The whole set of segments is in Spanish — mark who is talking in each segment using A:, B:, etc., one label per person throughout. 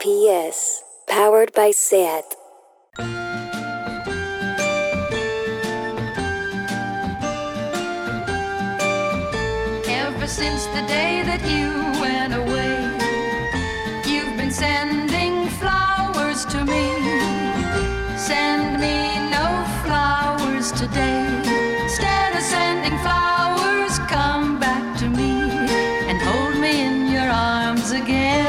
A: PS. Powered by SAT.
B: Ever since the day that you went away, you've been sending flowers to me. Send me no flowers today. Instead of sending flowers, come back to me and hold me in your arms again.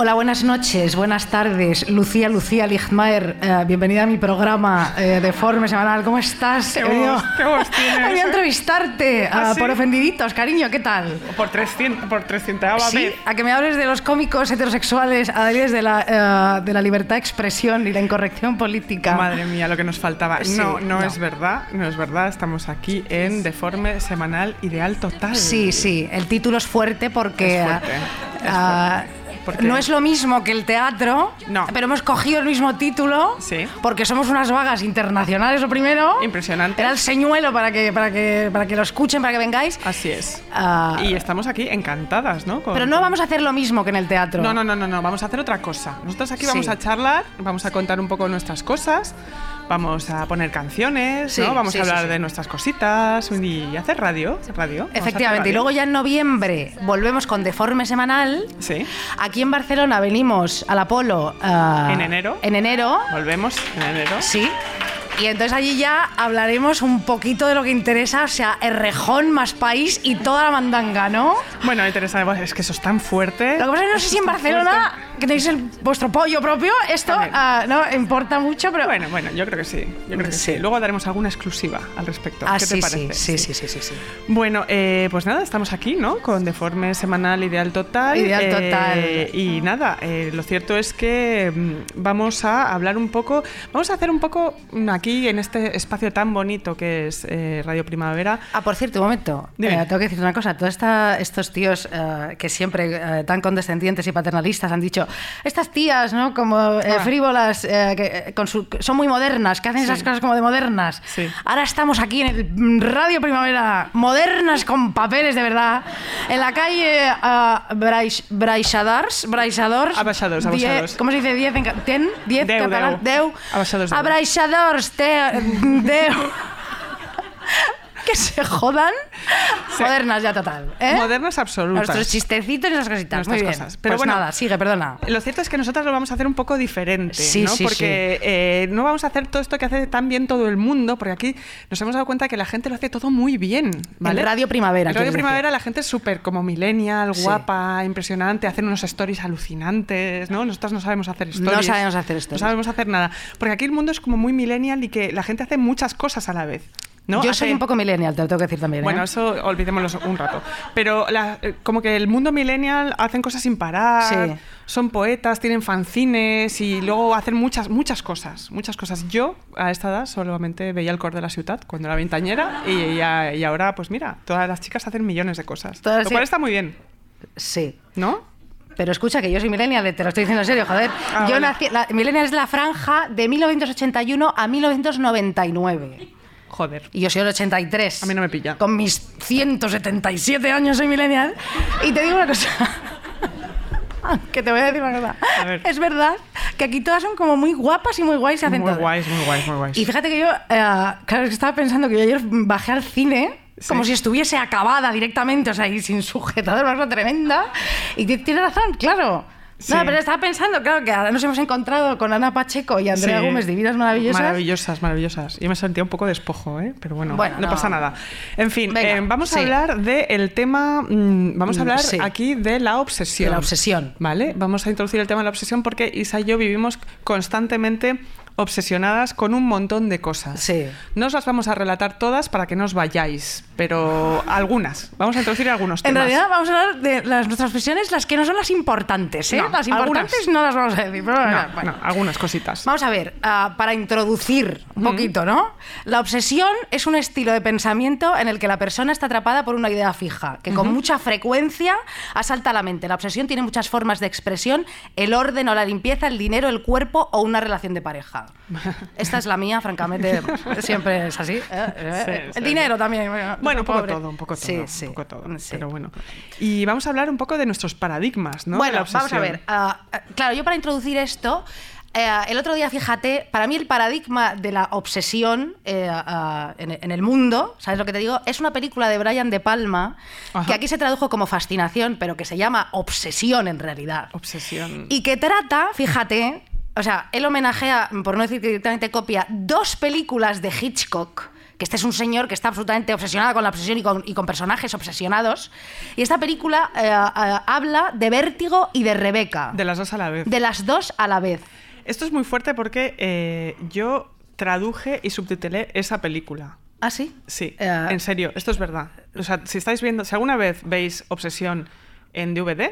C: Hola, buenas noches, buenas tardes. Lucía, Lucía Ligmaer, eh, bienvenida a mi programa eh, de Forme Semanal. ¿Cómo estás?
D: ¿Qué
C: He venido-
D: voz- qué voz tienes,
C: He venido a
D: eh?
C: entrevistarte
D: ¿Ah,
C: ah,
D: sí?
C: por ofendiditos, cariño, ¿qué tal?
D: Por 300, por 300
C: Sí, a que me hables de los cómicos heterosexuales, a darles de la, eh, de la libertad de expresión y la incorrección política.
D: Madre mía, lo que nos faltaba.
C: Sí,
D: no, no,
C: no.
D: es verdad, no es verdad. Estamos aquí en Deforme Semanal Ideal Total.
C: Sí, sí, el título es fuerte porque...
D: Es fuerte, es
C: ah,
D: fuerte. Porque-
C: No es lo mismo que el teatro,
D: No.
C: pero hemos cogido el mismo título
D: Sí.
C: porque somos unas vagas internacionales, lo primero.
D: Impresionante.
C: Era el señuelo para que, para que, para que lo escuchen, para que vengáis.
D: Así es.
C: Ah,
D: Y estamos aquí encantadas, ¿no? Con-
C: pero no vamos a hacer lo mismo que en el teatro.
D: No, no, no, no, no, vamos a hacer otra cosa. Nosotros aquí
C: Sí.
D: vamos a charlar, vamos a contar un poco nuestras cosas, vamos a poner canciones,
C: Sí,
D: ¿no? Vamos
C: sí,
D: a
C: sí,
D: hablar
C: sí.
D: de nuestras cositas y hacer radio, radio. vamos a hacer
C: Efectivamente. Y
D: radio.
C: luego ya en noviembre volvemos con Deforme Semanal.
D: Sí.
C: Aquí en Barcelona venimos al Apolo. ah,
D: En enero.
C: En enero,
D: Volvemos en enero.
C: sí. Y entonces allí ya hablaremos un poquito de lo que interesa, o sea, Errejón más país y toda la mandanga, ¿no?
D: Bueno, Teresa, es que eso es tan fuerte.
C: Lo que pasa es que no sé si en Barcelona, que tenéis el, vuestro pollo propio, esto
D: También.
C: ah, no importa mucho, pero
D: Bueno, bueno, yo creo que sí. Yo creo que sí.
C: Sí.
D: Luego daremos alguna exclusiva al respecto.
C: Ah,
D: ¿Qué
C: sí,
D: te parece?
C: Sí, sí, sí, sí, sí.
D: Bueno, eh, pues nada, estamos aquí, ¿no? Con Deforme Semanal Ideal Total.
C: Ideal
D: eh,
C: Total.
D: Y nada, eh, lo cierto es que mm, vamos a hablar un poco, vamos a hacer un poco mm, aquí en este espacio tan bonito que es eh, Radio Primavera.
C: Ah, por cierto, un momento.
D: Dime.
C: Eh, tengo que decir una cosa. Todos esta- estos tíos eh, que siempre eh, tan condescendientes y paternalistas han dicho, estas tías, ¿no? Como eh,
D: Ah.
C: frívolas, eh, que eh, con su- son muy modernas, que hacen esas
D: Sí.
C: cosas como de modernas.
D: Sí.
C: Ahora estamos aquí en el mm, Radio Primavera, modernas con papeles de verdad, en la calle uh, Braixadars, Braixadors.
D: Abaixadors,
C: Die-
D: abaixadors.
C: ¿Cómo se dice? ¿10 en ca- ten? ¿10
D: Deu,
C: catalán?
D: deu.
C: Deu.
D: Abaixadors, deu.
C: Abraixadors, te- deu. que se jodan.
D: Sí.
C: Modernas ya total. ¿eh?
D: Modernas absolutas.
C: Nuestros chistecitos y esas cositas.
D: Nuestras
C: Muy bien.
D: cosas. Pero
C: pues
D: bueno.
C: nada, sigue, perdona.
D: Lo cierto es que nosotras lo vamos a hacer un poco diferente,
C: Sí,
D: ¿no?
C: sí,
D: porque eh, no vamos a hacer todo esto que hace tan bien todo el mundo, porque aquí nos hemos dado cuenta que la gente lo hace todo muy bien, ¿vale?
C: En Radio Primavera,
D: En Radio
C: quieres decir.
D: Primavera la gente es súper como millennial,
C: Sí.
D: guapa, impresionante, hacen unos stories alucinantes, ¿no? Nosotras no sabemos hacer stories.
C: No sabemos hacer stories.
D: No sabemos hacer nada. Porque aquí el mundo es como muy millennial y que la gente hace muchas cosas a la vez, ¿no?
C: Yo soy
D: Hace-
C: un poco millennial, te lo tengo que decir también. ¿eh?
D: bueno, eso olvidémoslo un rato. Pero la- eh, como que el mundo millennial hacen cosas sin parar,
C: Sí.
D: son poetas, tienen fanzines y luego hacen muchas, muchas cosas, muchas cosas. Yo a esta edad solamente veía el cor de la ciudad cuando era ventañera y, ya- y ahora, pues mira, todas las chicas hacen millones de cosas.
C: Todas
D: lo
C: sí.
D: cual está muy bien,
C: Sí.
D: ¿no?
C: Pero escucha que yo soy millennial, te lo estoy diciendo en serio, joder.
D: Ah,
C: yo
D: vale.
C: nací, la- millennial es la franja de 1981 a 1999.
D: Joder.
C: Y yo soy el 83.
D: A mí no me pilla.
C: Con mis 177 años soy millennial. Y te digo una cosa. que te voy a decir una cosa.
D: A ver.
C: Es verdad que aquí todas son como muy guapas y muy guays y hacen
D: Muy
C: todo.
D: guays, muy guays, muy guays.
C: Y fíjate que yo, eh, claro, es que estaba pensando que yo ayer bajé al cine
D: Sí.
C: como si estuviese acabada directamente, o sea, y sin sujetador, una cosa tremenda. Y ti- tienes razón, claro.
D: Sí.
C: No, pero estaba pensando, claro, que ahora nos hemos encontrado con Ana Pacheco y Andrea
D: Sí.
C: Gómez, divinas maravillosas.
D: Maravillosas, maravillosas. Yo me sentía un poco despojo, ¿eh? pero bueno,
C: Bueno,
D: no,
C: no.
D: pasa nada. En fin,
C: Venga,
D: eh, vamos
C: sí.
D: a hablar del tema. mm, Vamos a
C: Mm,
D: hablar
C: sí.
D: aquí de la obsesión.
C: De la obsesión.
D: ¿Vale? Vamos a introducir el tema de la obsesión porque Isa y yo vivimos constantemente obsesionadas con un montón de cosas.
C: Sí.
D: No os las vamos a relatar todas para que no os vayáis, pero algunas. Vamos a introducir algunos
C: En
D: temas.
C: realidad vamos a hablar de las, nuestras obsesiones, las que no son las importantes, ¿eh?
D: No,
C: las importantes
D: algunas.
C: no las vamos a decir. pero bueno,
D: No,
C: bueno.
D: no, algunas cositas.
C: Vamos a ver, ah, para introducir un poquito, ¿no? La obsesión es un estilo de pensamiento en el que la persona está atrapada por una idea fija, que con mucha frecuencia asalta a la mente. La obsesión tiene muchas formas de expresión, el orden o la limpieza, el dinero, el cuerpo o una relación de pareja. Esta es la mía, francamente, siempre es así. ¿eh? ¿eh?
D: Sí,
C: el
D: sí.
C: dinero también.
D: Bueno, Ah, un poco
C: pobre.
D: todo, un poco todo.
C: Sí,
D: un
C: sí,
D: poco todo.
C: sí.
D: Pero bueno. Y vamos a hablar un poco de nuestros paradigmas, ¿no? De
C: Bueno,
D: la
C: vamos a
D: obsesión.
C: ver. ah, ah, claro, yo para introducir esto, eh, el otro día, fíjate, para mí el paradigma de la obsesión eh, ah, en, en el mundo, ¿sabes lo que te digo? Es una película de Brian De Palma,
D: Ajá.
C: que aquí se tradujo como fascinación, pero que se llama obsesión en realidad.
D: Obsesión.
C: Y que trata, fíjate, o sea, él homenajea, por no decir que directamente copia, dos películas de Hitchcock. Que este es un señor que está absolutamente obsesionado con la obsesión y con, y con personajes obsesionados. Y esta película eh, eh, habla de Vértigo y de Rebeca.
D: De las dos a la vez.
C: De las dos a la vez.
D: Esto es muy fuerte porque eh, yo traduje y subtitulé esa película.
C: ¿Ah, sí?
D: Sí,
C: Eh,
D: en serio, esto es verdad. O sea, si estáis viendo, si alguna vez veis Obsesión en DVD,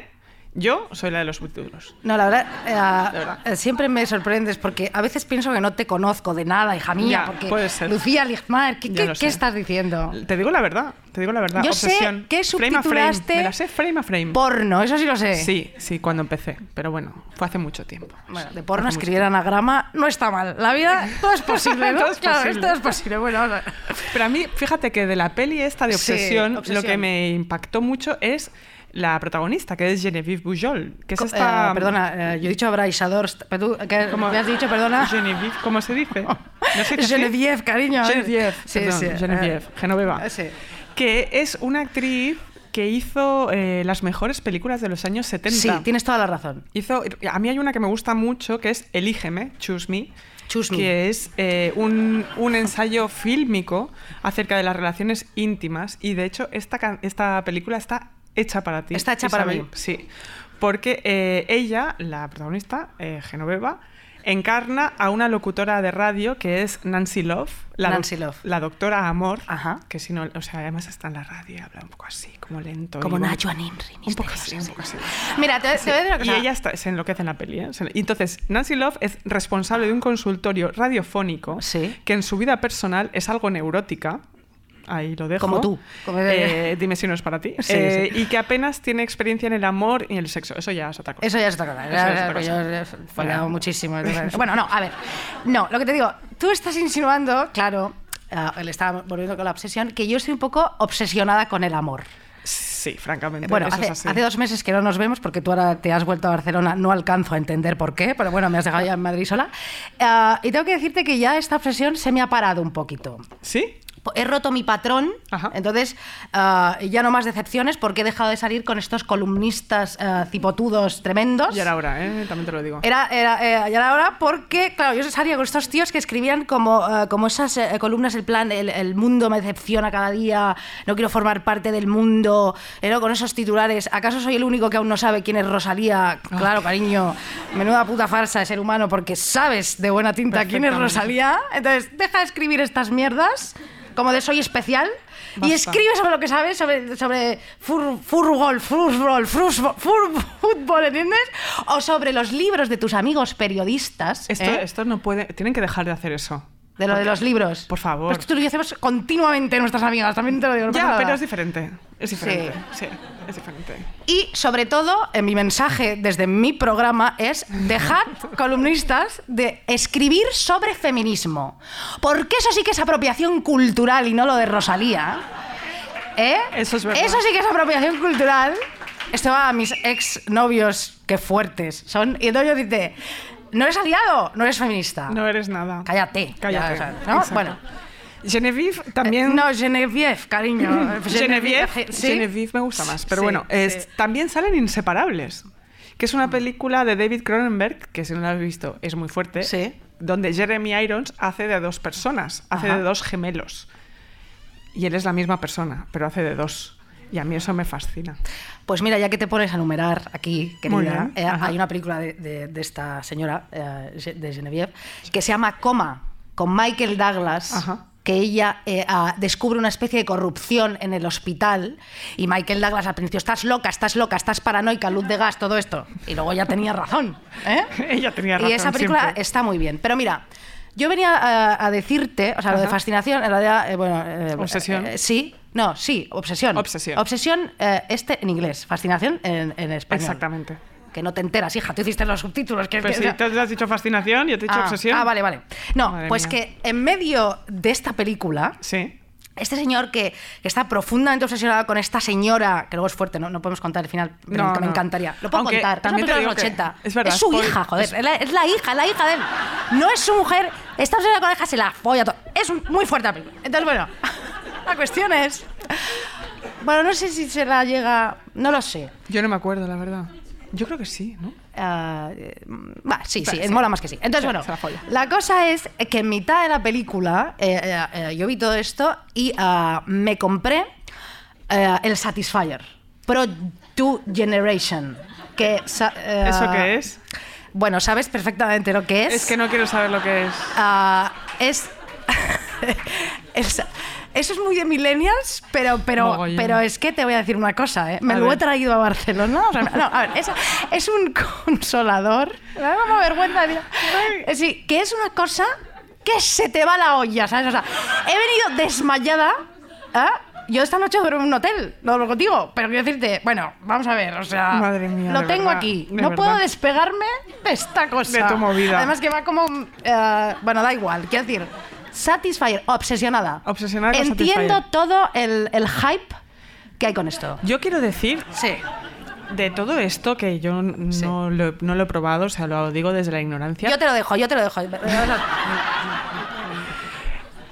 D: yo soy la de los subtítulos.
C: No, la verdad, eh,
D: verdad.
C: eh, siempre me sorprendes porque a veces pienso que no te conozco de nada, hija mía.
D: Ya,
C: porque
D: puede ser.
C: Lucía Ligmaer, ¿qué,
D: Ya
C: qué-
D: lo
C: qué
D: sé.
C: estás diciendo?
D: Te digo la verdad, te digo la verdad.
C: Yo
D: Obsesión.
C: sé que
D: frame a
C: subtitulaste
D: Frame. Me la sé frame a frame.
C: Porno, eso sí lo sé.
D: Sí, sí, cuando empecé, pero bueno, fue hace mucho tiempo.
C: Bueno, de porno
D: Hace mucho
C: escribir anagrama no está mal. La vida, todo es posible, ¿no?
D: Todo es
C: claro,
D: posible.
C: todo es posible. Bueno, vamos a ver.
D: Pero a mí, fíjate que de la peli esta de
C: Sí,
D: obsesión,
C: Obsesión.
D: lo que me impactó mucho es la protagonista, que es Genevieve Bujol, que es
C: Co-
D: esta...
C: eh, perdona, eh, yo he dicho abraisador, st- pero tú, ¿qué
D: ¿Cómo?
C: me has dicho, perdona?
D: Genevieve, ¿cómo se dice? No sé qué es.
C: Genevieve, cariño. eh.
D: Genevieve,
C: Sí,
D: perdón,
C: sí. eh.
D: Genevieve, Genoveva.
C: Sí.
D: Que es una actriz que hizo eh, las mejores películas de los años 70.
C: Sí, tienes toda la razón.
D: Hizo, a mí hay una que me gusta mucho que es Elígeme, Choose Me,
C: Choose Me.
D: que es eh, un, un ensayo fílmico acerca de las relaciones íntimas y de hecho esta, can- esta película está hecha para ti.
C: Está hecha para
D: Isabel.
C: mí.
D: Sí, porque eh, ella, la protagonista, eh, Genoveva, encarna a una locutora de radio que es Nancy Love, la, doc-
C: Nancy Love.
D: la doctora Amor,
C: Ajá.
D: que si no, o sea, además está en la radio y habla un poco así, como lento.
C: Como
D: y bueno,
C: Nacho Aninri.
D: Un poco así, un poco así.
C: Mira, te, te voy a decir una
D: Y
C: cosa.
D: ella está- se enloquece en la peli. ¿eh? Se enlo- Y entonces, Nancy Love es responsable de un consultorio radiofónico
C: Sí.
D: que en su vida personal es algo neurótica. Ahí lo dejo.
C: Como tú. Como-
D: Eh, dime si no es para ti.
C: Sí,
D: Eh, Y que apenas tiene experiencia en el amor y en el sexo. Eso ya es otra cosa.
C: Eso ya es otra cosa.
D: Eso ya es otra
C: que
D: cosa.
C: Yo he follado
D: Bueno.
C: muchísimo. Bueno, no, a ver. No, lo que te digo, tú estás insinuando, claro, ah, le estaba volviendo con la obsesión, que yo estoy un poco obsesionada con el amor.
D: Sí, francamente.
C: Bueno,
D: eso es
C: hace,
D: así.
C: hace dos meses que no nos vemos porque tú ahora te has vuelto a Barcelona, no alcanzo a entender por qué, pero bueno, me has dejado ya en Madrid sola. Ah, y tengo que decirte que ya esta obsesión se me ha parado un poquito.
D: ¿Sí?
C: Po- He roto mi patrón,
D: Ajá.
C: entonces ah, ya no más decepciones porque he dejado de salir con estos columnistas ah, cipotudos tremendos.
D: Y ahora, ¿eh? También te lo digo.
C: Era, era, eh, ya era hora porque, claro, yo salía con estos tíos que escribían como, eh, como esas eh, columnas, el plan, el, el mundo me decepciona cada día, no quiero formar parte del mundo, eh, ¿no? con esos titulares. ¿Acaso soy el único que aún no sabe quién es Rosalía? Claro, cariño, menuda puta farsa de ser humano porque sabes de buena tinta quién es
D: Perfectamente.
C: Rosalía. Entonces, deja de escribir estas mierdas como de soy especial. Y
D: Basta.
C: escribe sobre lo que sabes, sobre, sobre fur- furgol, furrol, frusbo- fur- fútbol, ¿entiendes? O sobre los libros de tus amigos periodistas.
D: Esto,
C: ¿eh?
D: esto no puede... Tienen que dejar de hacer eso.
C: de lo de los libros. Pues
D: Por favor.
C: Pero esto lo hacemos continuamente nuestras amigas, también te lo digo. no pasa
D: Ya,
C: nada.
D: pero es diferente. Es diferente. sí es diferente.
C: Y sobre todo, en mi mensaje desde mi programa es dejad, columnistas, de escribir sobre feminismo. Porque eso sí que es apropiación cultural y no lo de Rosalía. ¿Eh?
D: Eso es verdad.
C: Eso sí que es apropiación cultural. Esto va a mis ex novios, qué fuertes son. Y entonces yo dice, no eres aliado, no eres feminista.
D: No eres nada.
C: Cállate.
D: Cállate.
C: Ya, o sea, ¿no?
D: Exacto.
C: Bueno.
D: Genevieve también.
C: Eh, No, Genevieve, cariño.
D: Pues Genevieve, eh,
C: ¿sí?
D: Genevieve me gusta más. Pero
C: Sí,
D: bueno, es-
C: sí.
D: también salen Inseparables, que es una película de David Cronenberg, que si no la has visto es muy fuerte,
C: Sí.
D: donde Jeremy Irons hace de dos personas, hace
C: Ajá.
D: de dos gemelos. Y él es la misma persona, pero hace de dos. Y a mí eso me fascina.
C: Pues mira, ya que te pones a numerar aquí,
D: Muy
C: querida,
D: bien,
C: eh,
D: ajá.
C: hay una película de, de- de esta señora, eh, Ge- de Genevieve, que se llama Coma, con Michael Douglas.
D: Ajá.
C: que ella eh, ah, descubre una especie de corrupción en el hospital y Michael Douglas al principio, estás loca, estás loca, estás paranoica, luz de gas, todo esto. Y luego ya tenía razón. ¿eh?
D: Ella tenía razón
C: Y esa película
D: siempre.
C: está muy bien. Pero mira, yo venía a, a decirte, o sea, lo de
D: Ajá.
C: fascinación, en realidad, eh, bueno... eh,
D: Obsesión.
C: eh, sí, no, sí, obsesión.
D: Obsesión.
C: Obsesión, eh, este en inglés, fascinación en, en español.
D: Exactamente.
C: Que no te enteras, hija, tú hiciste los subtítulos. Que,
D: Pues
C: que-
D: si tú has dicho fascinación, yo te he dicho
C: ah,
D: obsesión.
C: ah, vale, vale. No,
D: Madre
C: pues
D: mía.
C: que en medio de esta película,
D: Sí.
C: este señor que, que está profundamente obsesionado con esta señora, que luego es fuerte, no, no podemos contar el final, pero
D: No,
C: me- me
D: no.
C: encantaría. Lo puedo
D: Aunque
C: contar.
D: también
C: es una película
D: te
C: de los
D: digo que
C: 80.
D: es verdad,
C: su
D: spoil-
C: hija, joder. Es, la, es la hija, es la hija de él. No es su mujer, está obsesionada con la hija, se la folla todo. Es un- muy fuerte la película. Entonces, bueno, la cuestión es. Bueno, no sé si se la llega. No lo sé.
D: Yo no me acuerdo, la verdad. Yo creo que sí, ¿no?
C: Ah, eh, bah, sí, sí,
D: Vale, sí.
C: mola más que sí. Entonces,
D: Sí,
C: bueno,
D: se la folla.
C: la cosa es que en mitad de la película eh, eh, eh, yo vi todo esto y ah, me compré eh, el Satisfyer Pro 2 Generation. Que, sa- eh,
D: ¿Eso qué es?
C: Bueno, sabes perfectamente lo que es.
D: Es que no quiero saber lo que es.
C: Ah, es, es- Eso es muy de millennials, pero, pero,
D: Mogollón.
C: pero es que te voy a decir una cosa, ¿eh? Me
D: A
C: lo he
D: ver.
C: traído a Barcelona. o sea, no, a ver, es, es un consolador. Me da como vergüenza. decir- Eh, Sí, que es una cosa que se te va la olla, ¿sabes? O sea, he venido desmayada. ¿ah? Yo esta noche duermo en un hotel, no lo contigo, pero quiero decirte, bueno, vamos a ver, o sea,
D: Madre mía,
C: lo
D: de
C: tengo
D: verdad,
C: aquí,
D: de
C: no puedo
D: verdad.
C: despegarme de esta cosa.
D: De tu movida.
C: Además que va como... eh, bueno, da igual, quiero decir, Satisfyer, obsesionada.
D: Obsesionada con
C: Entiendo
D: Satisfyer.
C: todo el, el hype que hay con esto.
D: Yo quiero decir
C: Sí.
D: de todo esto que yo n-
C: Sí.
D: no, lo, no lo he probado, o sea, lo digo desde la ignorancia.
C: Yo te lo dejo, yo te lo dejo.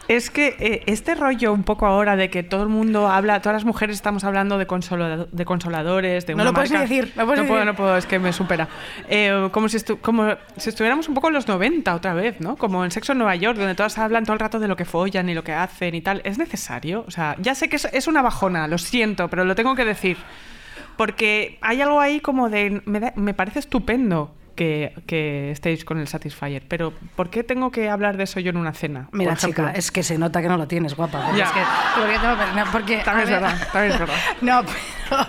D: Es que eh, este rollo un poco ahora de que todo el mundo habla, todas las mujeres estamos hablando de, consolado- de consoladores, de
C: No
D: una
C: lo puedes
D: marca-
C: ni decir, no puedes
D: no
C: ni
D: puedo,
C: decir.
D: no puedo, es que me supera. Eh, como, si estu- como si estuviéramos un poco en los 90 otra vez, ¿no? Como en Sexo en Nueva York, donde todas hablan todo el rato de lo que follan y lo que hacen y tal. ¿Es necesario? O sea, ya sé que es, es una bajona, lo siento, pero lo tengo que decir. Porque hay algo ahí como de... Me, da- me parece estupendo. Que, que estéis con el Satisfyer, pero ¿por qué tengo que hablar de eso yo en una cena? por
C: Mira,
D: ejemplo?
C: chica, es que se nota que no lo tienes, guapa. porque
D: Ya.
C: Es que, lo que tengo que- no, porque, a
D: También es
C: ver-
D: verdad, también es verdad.
C: No, pero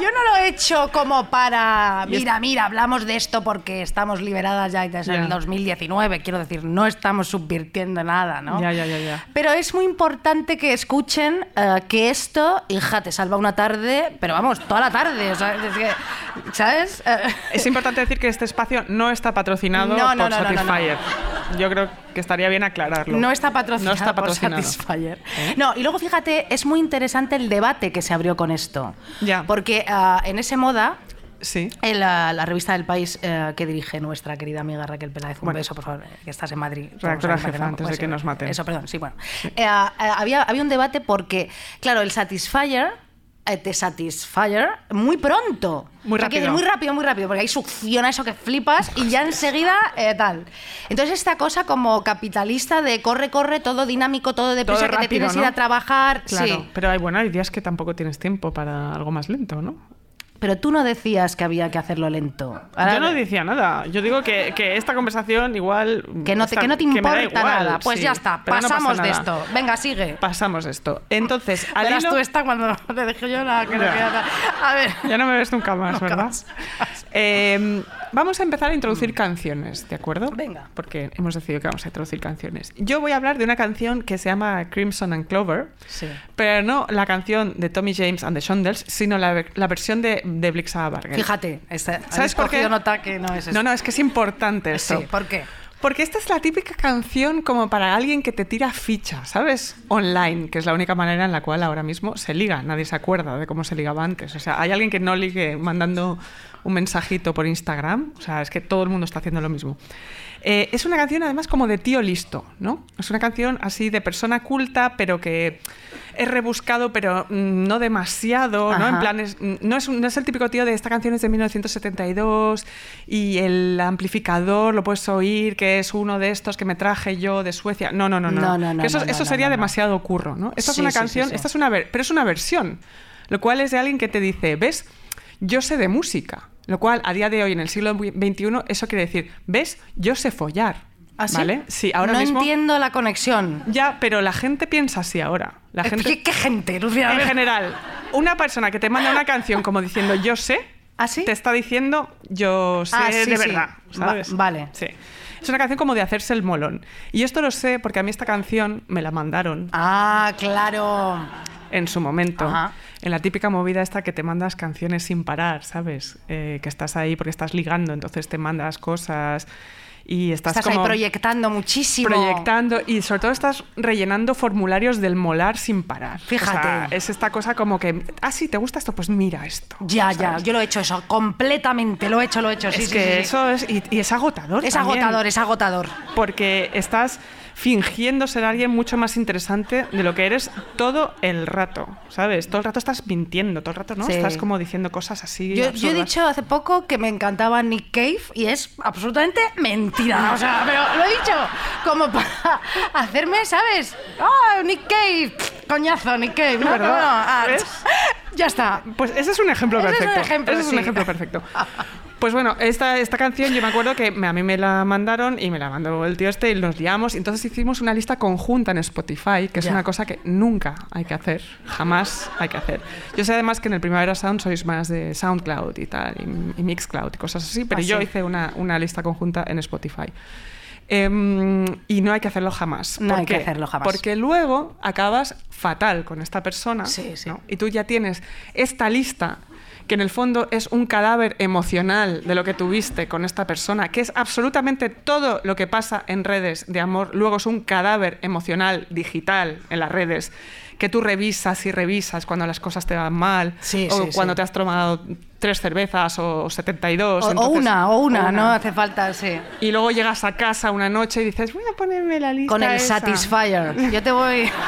C: yo no lo he hecho como para,
D: Y es-
C: mira, mira, hablamos de esto porque estamos liberadas ya desde
D: Ya.
C: el 2019, quiero decir, no estamos subvirtiendo nada, ¿no?
D: Ya, ya, ya, ya.
C: Pero es muy importante que escuchen eh, que esto, hija, te salva una tarde, pero vamos, toda la tarde, o sea, es que, ¿sabes? Eh,
D: Es importante decir que este espacio no está patrocinado
C: No, no, no,
D: por
C: no, no,
D: Satisfyer. Yo creo que estaría bien aclararlo.
C: No está patrocinado,
D: No está patrocinado. ¿Eh?
C: por Satisfyer. No, y luego fíjate, es muy interesante el debate que se abrió con esto.
D: Ya.
C: Porque ah, en ese moda,
D: Sí.
C: en la, la revista del país eh, que dirige nuestra querida amiga Raquel Peláez, un
D: Bueno.
C: beso, por favor, que estás en Madrid.
D: Redactora
C: Vamos a ver,
D: jefa,
C: ¿no?
D: antes
C: Pues
D: de que
C: sí,
D: nos maten.
C: Eso, perdón, sí, bueno. Eh, ah, ah, había, había un debate porque, claro, el Satisfyer eh, te satisfyer muy pronto.
D: Muy
C: O sea, quiero decir,
D: rápido.
C: muy rápido, muy rápido, porque ahí succiona eso que flipas y ya enseguida eh, tal. Entonces esta cosa como capitalista de corre, corre, todo dinámico, todo deprisa,
D: Todo
C: que te
D: rápido,
C: tienes que ir
D: ¿no?
C: a trabajar.
D: Claro.
C: Sí.
D: Pero hay, bueno, hay días que tampoco tienes tiempo para algo más lento, ¿no?
C: Pero tú no decías que había que hacerlo lento. Ahora-
D: Yo no decía nada. Yo digo que, que esta conversación igual...
C: Que no te,
D: está-
C: que no te
D: me da
C: importa
D: igual,
C: nada. Pues
D: sí,
C: ya está,
D: pero no pasa
C: pasamos de
D: nada.
C: esto. Venga, sigue.
D: Pasamos de esto. Entonces, al
C: Verás
D: hilo-
C: tú esta cuando te dejé yo la que no
D: Ya.
C: queda- A ver.
D: Ya no me ves nunca más,
C: Nunca
D: ¿verdad?
C: más.
D: Eh, vamos a empezar a introducir canciones, ¿de acuerdo?
C: Venga.
D: Porque hemos decidido que vamos a introducir canciones. Yo voy a hablar de una canción que se llama Crimson and Clover,
C: Sí.
D: pero no la canción de Tommy James and the Shondells, sino la, ver- la versión de, de Blixa Barger.
C: Fíjate, esta,
D: ¿Sabes por qué?
C: nota que no es
D: No, no, es que es importante
C: Sí,
D: eso.
C: ¿por qué?
D: Porque esta es la típica canción como para alguien que te tira ficha, ¿sabes? Online, que es la única manera en la cual ahora mismo se liga. Nadie se acuerda de cómo se ligaba antes. O sea, hay alguien que no ligue mandando un mensajito por Instagram. O sea, es que todo el mundo está haciendo lo mismo. Eh, es una canción además como de tío listo, ¿no? Es una canción así de persona culta, pero que es rebuscado, pero mm, no demasiado, ¿no?
C: Ajá.
D: En plan, es- no, es, un- no es el típico tío de esta canción es de 1972 y el amplificador lo puedes oír, que es uno de estos que me traje yo de Suecia. No, no, no, no.
C: No, no, no,
D: Que eso
C: no, no,
D: eso
C: no,
D: sería
C: no, no.
D: demasiado curro, ¿no? Esta
C: Sí,
D: es una
C: sí, sí,
D: canción,
C: sí.
D: Esta es una ver- pero es una versión, lo cual es de alguien que te dice, ¿ves? Yo sé de música. Lo cual, a día de hoy, en el siglo XXI, eso quiere decir, ¿ves? Yo sé follar.
C: ¿Ah, sí?
D: ¿Vale? Sí, ahora
C: no
D: mismo.
C: entiendo la conexión.
D: Ya, pero la gente piensa así ahora. La gente
C: ¿Qué, qué gente, Lucía? A
D: en
C: ver.
D: general, una persona que te manda una canción como diciendo yo sé,
C: ¿Ah, sí?
D: te está diciendo yo sé
C: Ah, sí,
D: de
C: sí.
D: verdad.
C: Va-
D: ¿sabes?
C: vale.
D: Sí. Es una canción como de hacerse el molón. Y esto lo sé porque a mí esta canción me la mandaron.
C: Ah, claro.
D: en su momento.
E: Ajá.
D: En la típica movida esta que te mandas canciones sin parar, ¿sabes? Eh, que estás ahí porque estás ligando, entonces te mandas cosas y estás,
C: Estás
D: como
C: ahí proyectando muchísimo.
D: proyectando y sobre todo estás rellenando formularios del molar sin parar. O
C: Fíjate.
D: sea, es esta cosa como que, ah, sí, ¿te gusta esto? Pues mira esto.
C: Ya, ya,
D: ¿sabes?
C: yo lo he hecho eso, completamente, lo he hecho, lo he hecho. sí,
D: es
C: sí,
D: que
C: sí, sí.
D: eso es, y, y es agotador.
C: es
D: también.
C: agotador, es agotador.
D: porque estás fingiendo ser alguien mucho más interesante de lo que eres todo el rato, ¿sabes? Todo el rato estás mintiendo, todo el rato no,
C: Sí.
D: estás como diciendo cosas así.
C: Yo, yo he
D: absurdas.
C: dicho hace poco que me encantaba Nick Cave y es absolutamente mentira. O sea, pero lo he dicho como para hacerme, ¿sabes? ¡Oh, Nick Cave! Pff, Coñazo, Nick Cave. ¿no?
D: ¿Verdad?
C: Bueno, ah,
D: ¿Ves?
C: ya está.
D: Pues ese es un ejemplo
C: Ese es un
D: perfecto.
C: ejemplo,
D: ese es un
C: sí.
D: ejemplo perfecto. Pues bueno, esta, esta canción yo me acuerdo que me- a mí me la mandaron y me la mandó el tío este y nos liamos. Y entonces hicimos una lista conjunta en Spotify, que es
C: Ya.
D: una cosa que nunca hay que hacer, jamás hay que hacer. Yo sé además que en el Primavera Sound sois más de SoundCloud y tal, y, y Mixcloud y cosas así, pero
C: Ah,
D: yo
C: sí.
D: hice una, una lista conjunta en Spotify. Em, y no hay que hacerlo jamás.
C: No
D: ¿Por
C: hay que
D: qué?
C: hacerlo jamás.
D: Porque luego acabas fatal con esta persona.
C: Sí, sí.
D: ¿no? y tú ya tienes esta lista que en el fondo es un cadáver emocional de lo que tuviste con esta persona, que es absolutamente todo lo que pasa en redes de amor, luego es un cadáver emocional digital en las redes, que tú revisas y revisas cuando las cosas te van mal,
C: Sí,
D: o
C: sí,
D: cuando
C: sí.
D: te has tomado tres cervezas o 72.
C: O, o
D: entonces-
C: una, o una, no hace falta, sí.
D: Y luego llegas a casa una noche y dices, voy a ponerme la lista.
C: Con el
D: esa".
C: Satisfyer. Yo te voy.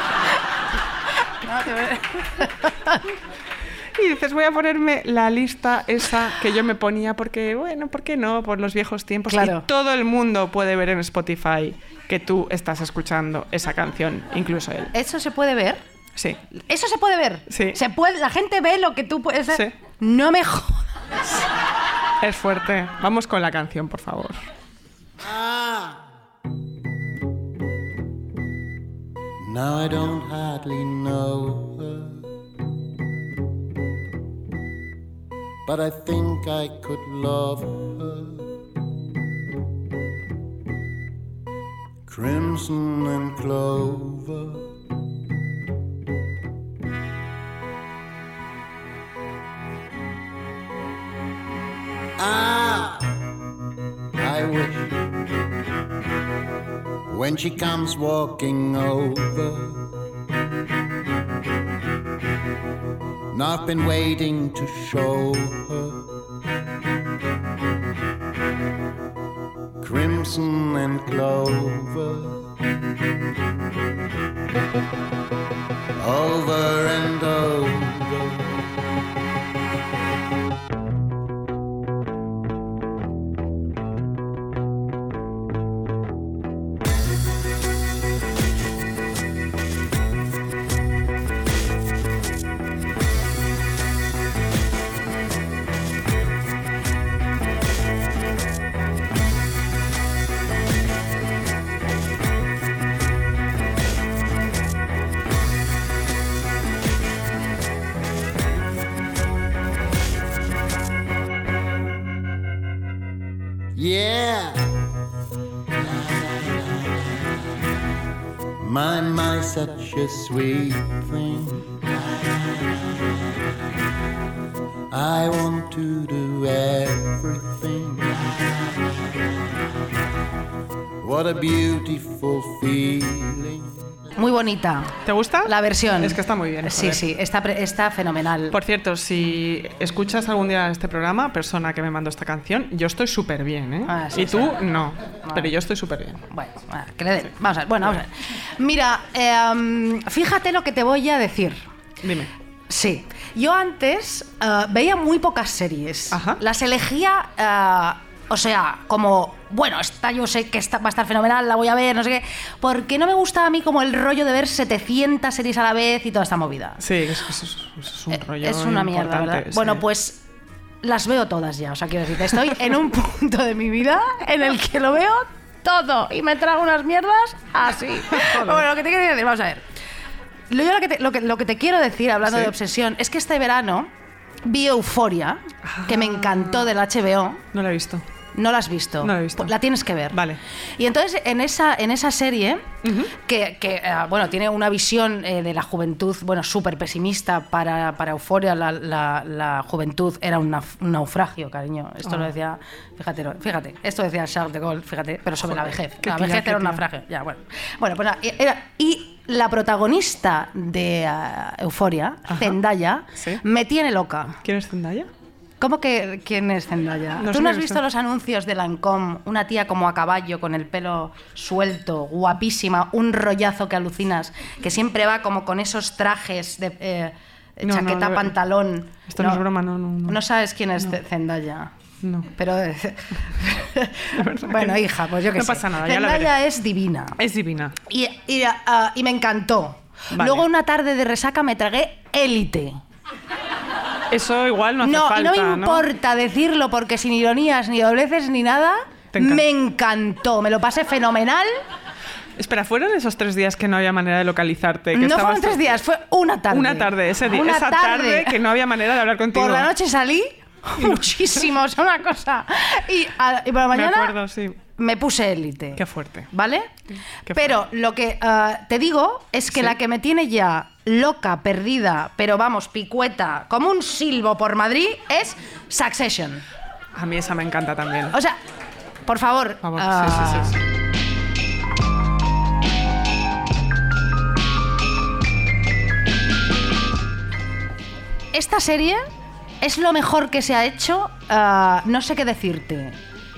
D: Y dices, voy a ponerme la lista esa que yo me ponía porque, bueno, ¿por qué no? Por los viejos tiempos.
C: Claro.
D: Y todo el mundo puede ver en Spotify que tú estás escuchando esa canción, incluso él.
C: ¿Eso se puede ver?
D: Sí.
C: ¿Eso se puede ver?
D: Sí.
C: Se puede, la gente ve lo que tú puedes ver.
D: Sí.
C: No me jodas.
D: Es fuerte. Vamos con la canción, por favor.
F: Ah. Now I don't hardly know her. But I think I could love her. Crimson and clover. Ah! I wish when she comes walking over. And I've been waiting to show her crimson and clover. Over and over. Yeah. My, my, such a sweet thing. I want to do everything. What a beautiful feeling.
C: Muy bonita.
D: ¿Te gusta?
C: La versión.
D: Es que está muy bien.
C: Sí,
D: joder.
C: sí, está, pre- está fenomenal.
D: Por cierto, si escuchas algún día este programa, persona que me mandó esta canción, yo estoy súper bien, ¿eh?
C: Ah, sí, Ah.
D: y tú, no. Pero yo estoy súper bien.
C: Bueno, ah, que le den. Vamos a ver, bueno, vamos a ver. Mira, em, fíjate lo que te voy a decir.
D: Dime.
C: Sí, yo antes eh, veía muy pocas series.
D: Ajá.
C: Las elegía, eh, o sea, como, bueno, esta yo sé que esta va a estar fenomenal, la voy a ver, no sé qué, porque no me gusta a mí como el rollo de ver 700 series a la vez y toda esta movida.
D: Sí, es, es- es- es un
C: Eh,
D: rollo.
C: Es una mierda,
D: importante,
C: ¿verdad?
D: sí.
C: Bueno, pues las veo todas ya. O sea, quiero decir, estoy en un punto de mi vida en el que lo veo todo y me trago unas mierdas así. bueno, lo que te quiero decir, vamos a ver. Lo, yo lo, que te, lo, que, lo que te quiero decir, hablando
D: Sí.
C: de obsesión, es que
D: Ah.
C: este verano vi Euforia, que me encantó del HBO.
D: No la he visto.
C: No la has visto.
D: No la he visto.
C: La tienes que ver.
D: Vale.
C: Y entonces en esa, en esa serie, que, que, eh, bueno, tiene una visión eh, de la juventud, bueno, súper pesimista para, para Euforia, la, la- la juventud era un, naf- un naufragio, cariño. Esto
D: Ah.
C: lo decía, fíjate, lo- fíjate, esto decía Charles de Gaulle, fíjate, pero sobre la vejez.
D: qué
C: La
D: tía,
C: vejez
D: qué
C: era un
D: tía.
C: naufragio. Ya, bueno. Bueno, pues nada, era- y la protagonista de ah, Euforia, Zendaya,
D: Sí.
C: me tiene loca.
D: ¿Quién es Zendaya?
C: ¿Cómo que quién es Zendaya?
D: No sé
C: ¿Tú no
D: qué
C: has
D: es
C: visto
D: eso.
C: los anuncios de Lancôme? Una tía como a caballo, con el pelo suelto, guapísima, un rollazo que alucinas, que siempre va como con esos trajes de eh,
D: No, no,
C: chaqueta,
D: no.
C: pantalón.
D: Esto no es broma, no, no, no.
C: No sabes quién es Ze- Zendaya.
D: No.
C: Pero eh,
D: verdad
C: bueno,
D: que no.
C: hija, pues yo que
D: No
C: sé.
D: pasa nada, ya la
C: Zendaya
D: veré.
C: es divina.
D: Es divina.
C: Y, y, ah, y me encantó.
D: Vale.
C: Luego una tarde de resaca me tragué élite.
D: Eso igual no hace
C: No, y
D: falta,
C: no me importa decirlo porque sin ironías, ni dobleces, ni nada,
D: Te encanta.
C: me encantó. Me lo pasé fenomenal.
D: Espera, ¿fueron esos tres días que no había manera de localizarte? Que
C: No
D: estabas-
C: fueron tres días, fue una tarde.
D: Una tarde, ese día,
C: Una
D: esa tarde. que no había manera de hablar contigo.
C: Por la noche salí muchísimo, o sea, una cosa. Y, a- y por la mañana
D: Me acuerdo, sí.
C: me puse élite.
D: Qué fuerte.
C: ¿Vale?
D: Qué
C: pero lo que ah, te digo es que
D: Sí.
C: la que me tiene ya loca, perdida, pero vamos, picueta, como un silbo por Madrid, es Succession.
D: A mí esa me encanta también.
C: O sea, por favor.
D: Por favor,
C: ah,
D: sí, sí, sí, sí.
C: Esta serie es lo mejor que se ha hecho. ah, no sé qué decirte.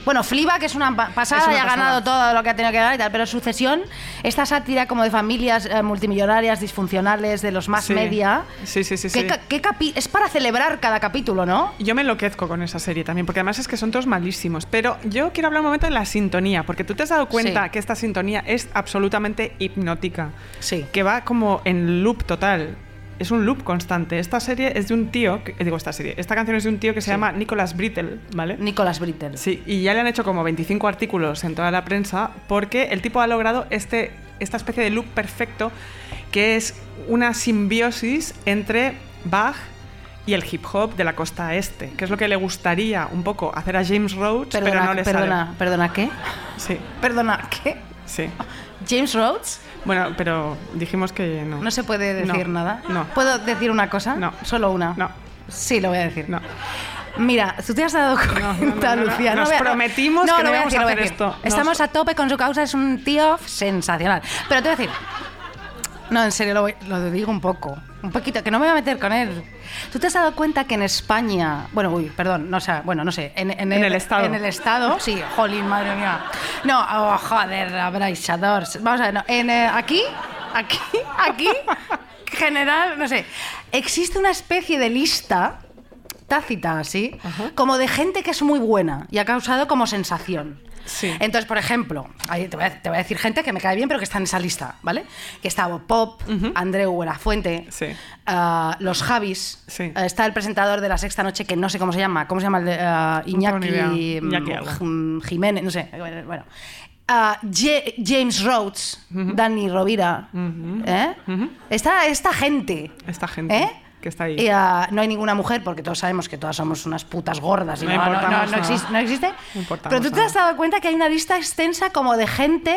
C: Bueno, Fliba, que es una pa- pasada
D: Es una
C: y ha
D: pasada.
C: ganado todo lo que ha tenido que ganar y tal, pero Sucesión, esta sátira como de familias eh, multimillonarias, disfuncionales, de los más
D: Sí.
C: media.
D: Sí, sí, sí,
C: ¿Qué
D: sí.
C: ca- qué capi- es para celebrar cada capítulo, ¿no?
D: Yo me enloquezco con esa serie también, porque además es que son todos malísimos. Pero yo quiero hablar un momento de la sintonía, porque tú te has dado cuenta
C: Sí.
D: que esta sintonía es absolutamente hipnótica.
C: Sí.
D: Que va como en loop total. Es un loop constante. Esta serie es de un tío, que- eh, digo esta serie, esta canción es de un tío que se llama Nicholas Brittle, ¿vale?
C: Nicolas Brittle.
D: Sí, y ya le han hecho como 25 artículos en toda la prensa porque el tipo ha logrado este, esta especie de loop perfecto que es una simbiosis entre Bach y el hip hop de la costa este, que es lo que le gustaría un poco hacer a James Rhodes,
C: Perdona,
D: pero no le
C: perdona, perdona, ¿qué?
D: sale. Sí,
C: Perdona, ¿qué?
D: sí.
C: James Rhodes
D: Bueno, pero dijimos que no.
C: no se puede
D: No,
C: decir nada.
D: No.
C: ¿Puedo decir una cosa?
D: No.
C: Solo una.
D: No.
C: Sí, lo voy a decir.
D: No.
C: Mira, tú te has dado
D: no, no,
C: cuenta,
D: no, no.
C: Lucía.
D: Nos
C: voy a-
D: prometimos que no
C: lo voy a
D: íbamos
C: decir,
D: a
C: lo voy
D: hacer
C: decir.
D: esto.
C: Estamos
D: Nos-
C: a tope con su causa, es un tío sensacional. Pero te voy a decir. No, en serio, lo, voy- lo digo un poco. Un poquito, que no me voy a meter con él. ¿Tú te has dado cuenta que en España. Bueno, uy, perdón, no, sé, bueno, no sé. En,
D: En el Estado.
C: En el Estado, sí, jolín, madre mía. No, oh, joder, abraisadores. Vamos a ver, no, en, eh, aquí, aquí, aquí, general, no sé. Existe una especie de lista tácita, así, como de gente que es muy buena y ha causado como sensación.
D: Sí.
C: Entonces, por ejemplo, ahí te, voy a, te voy a decir gente que me cae bien, pero que está en esa lista, ¿vale? Que está Bob Pop, Andreu Buenafuente,
D: Sí.
C: ah, los Javis,
D: Sí.
C: ah, está el presentador de la sexta noche, que no sé cómo se llama, ¿cómo se llama el de ah,
D: tengo ni idea.
C: Iñaki, mm,
D: Iñaki algo.
C: mm, Jiménez, no sé, bueno. Ah, Ye- James Rhodes, Danny Rovira, ¿eh? está esta gente.
D: Esta gente
C: ¿Eh?
D: que está ahí.
C: Y, ah, no hay ninguna mujer porque todos sabemos que todas somos unas putas gordas. Y
D: No
C: no, no, no,
D: importamos
C: no
D: nada.
C: existe, no existe.
D: No importamos
C: Pero tú te
D: nada.
C: has dado cuenta que hay una lista extensa como de gente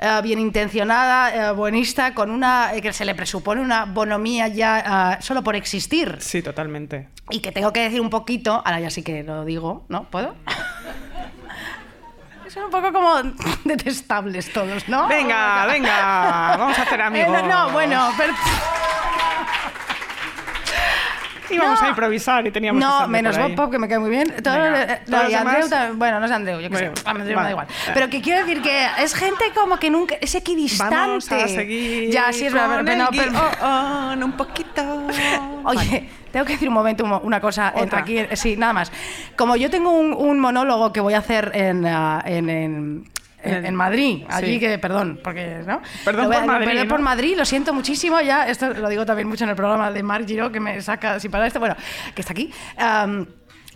C: eh, bien intencionada, eh, buenista, con una eh, que se le presupone una bonomía ya ah, solo por existir.
D: Sí, totalmente.
C: Y que tengo que decir un poquito, ahora ya sí que lo digo, ¿no? ¿Puedo? Son un poco como detestables todos, Oh, ¿no?
D: Venga, venga, vamos a hacer amigos.
C: Eh, no, no, bueno, pero...
D: Íbamos
C: No.
D: a improvisar y teníamos que
C: No,
D: estar
C: menos
D: por ahí.
C: Bob Pop, que me cae muy bien. Todo-
D: Venga,
C: eh,
D: todos
C: no, y
D: los
C: Andreu
D: demás-
C: también- Bueno, no es Andreu, yo qué sé.
D: Bueno,
C: A Andreu me
D: vale.
C: da igual. Pero que quiero decir que es gente como que nunca. Es equidistante.
D: Vamos a seguir.
C: Ya, sí, es verdad.
D: con
C: pero- no,
D: el
C: pero-
D: guión un poquito.
C: Oye, tengo que decir un momento un mo- una cosa en-
D: Otra.
C: aquí, eh, sí, nada más. Como yo tengo un, un monólogo que voy a hacer en, ah, en, en- en- en Madrid, allí
D: Sí.
C: que, perdón, porque, ¿no?
D: Perdón
C: Lo voy a-
D: por Madrid,
C: Perdón
D: ¿no?
C: por Madrid, lo siento muchísimo, ya, esto lo digo también mucho en el programa de Marc Giro, que me saca sin parar este, bueno, que está aquí. Am,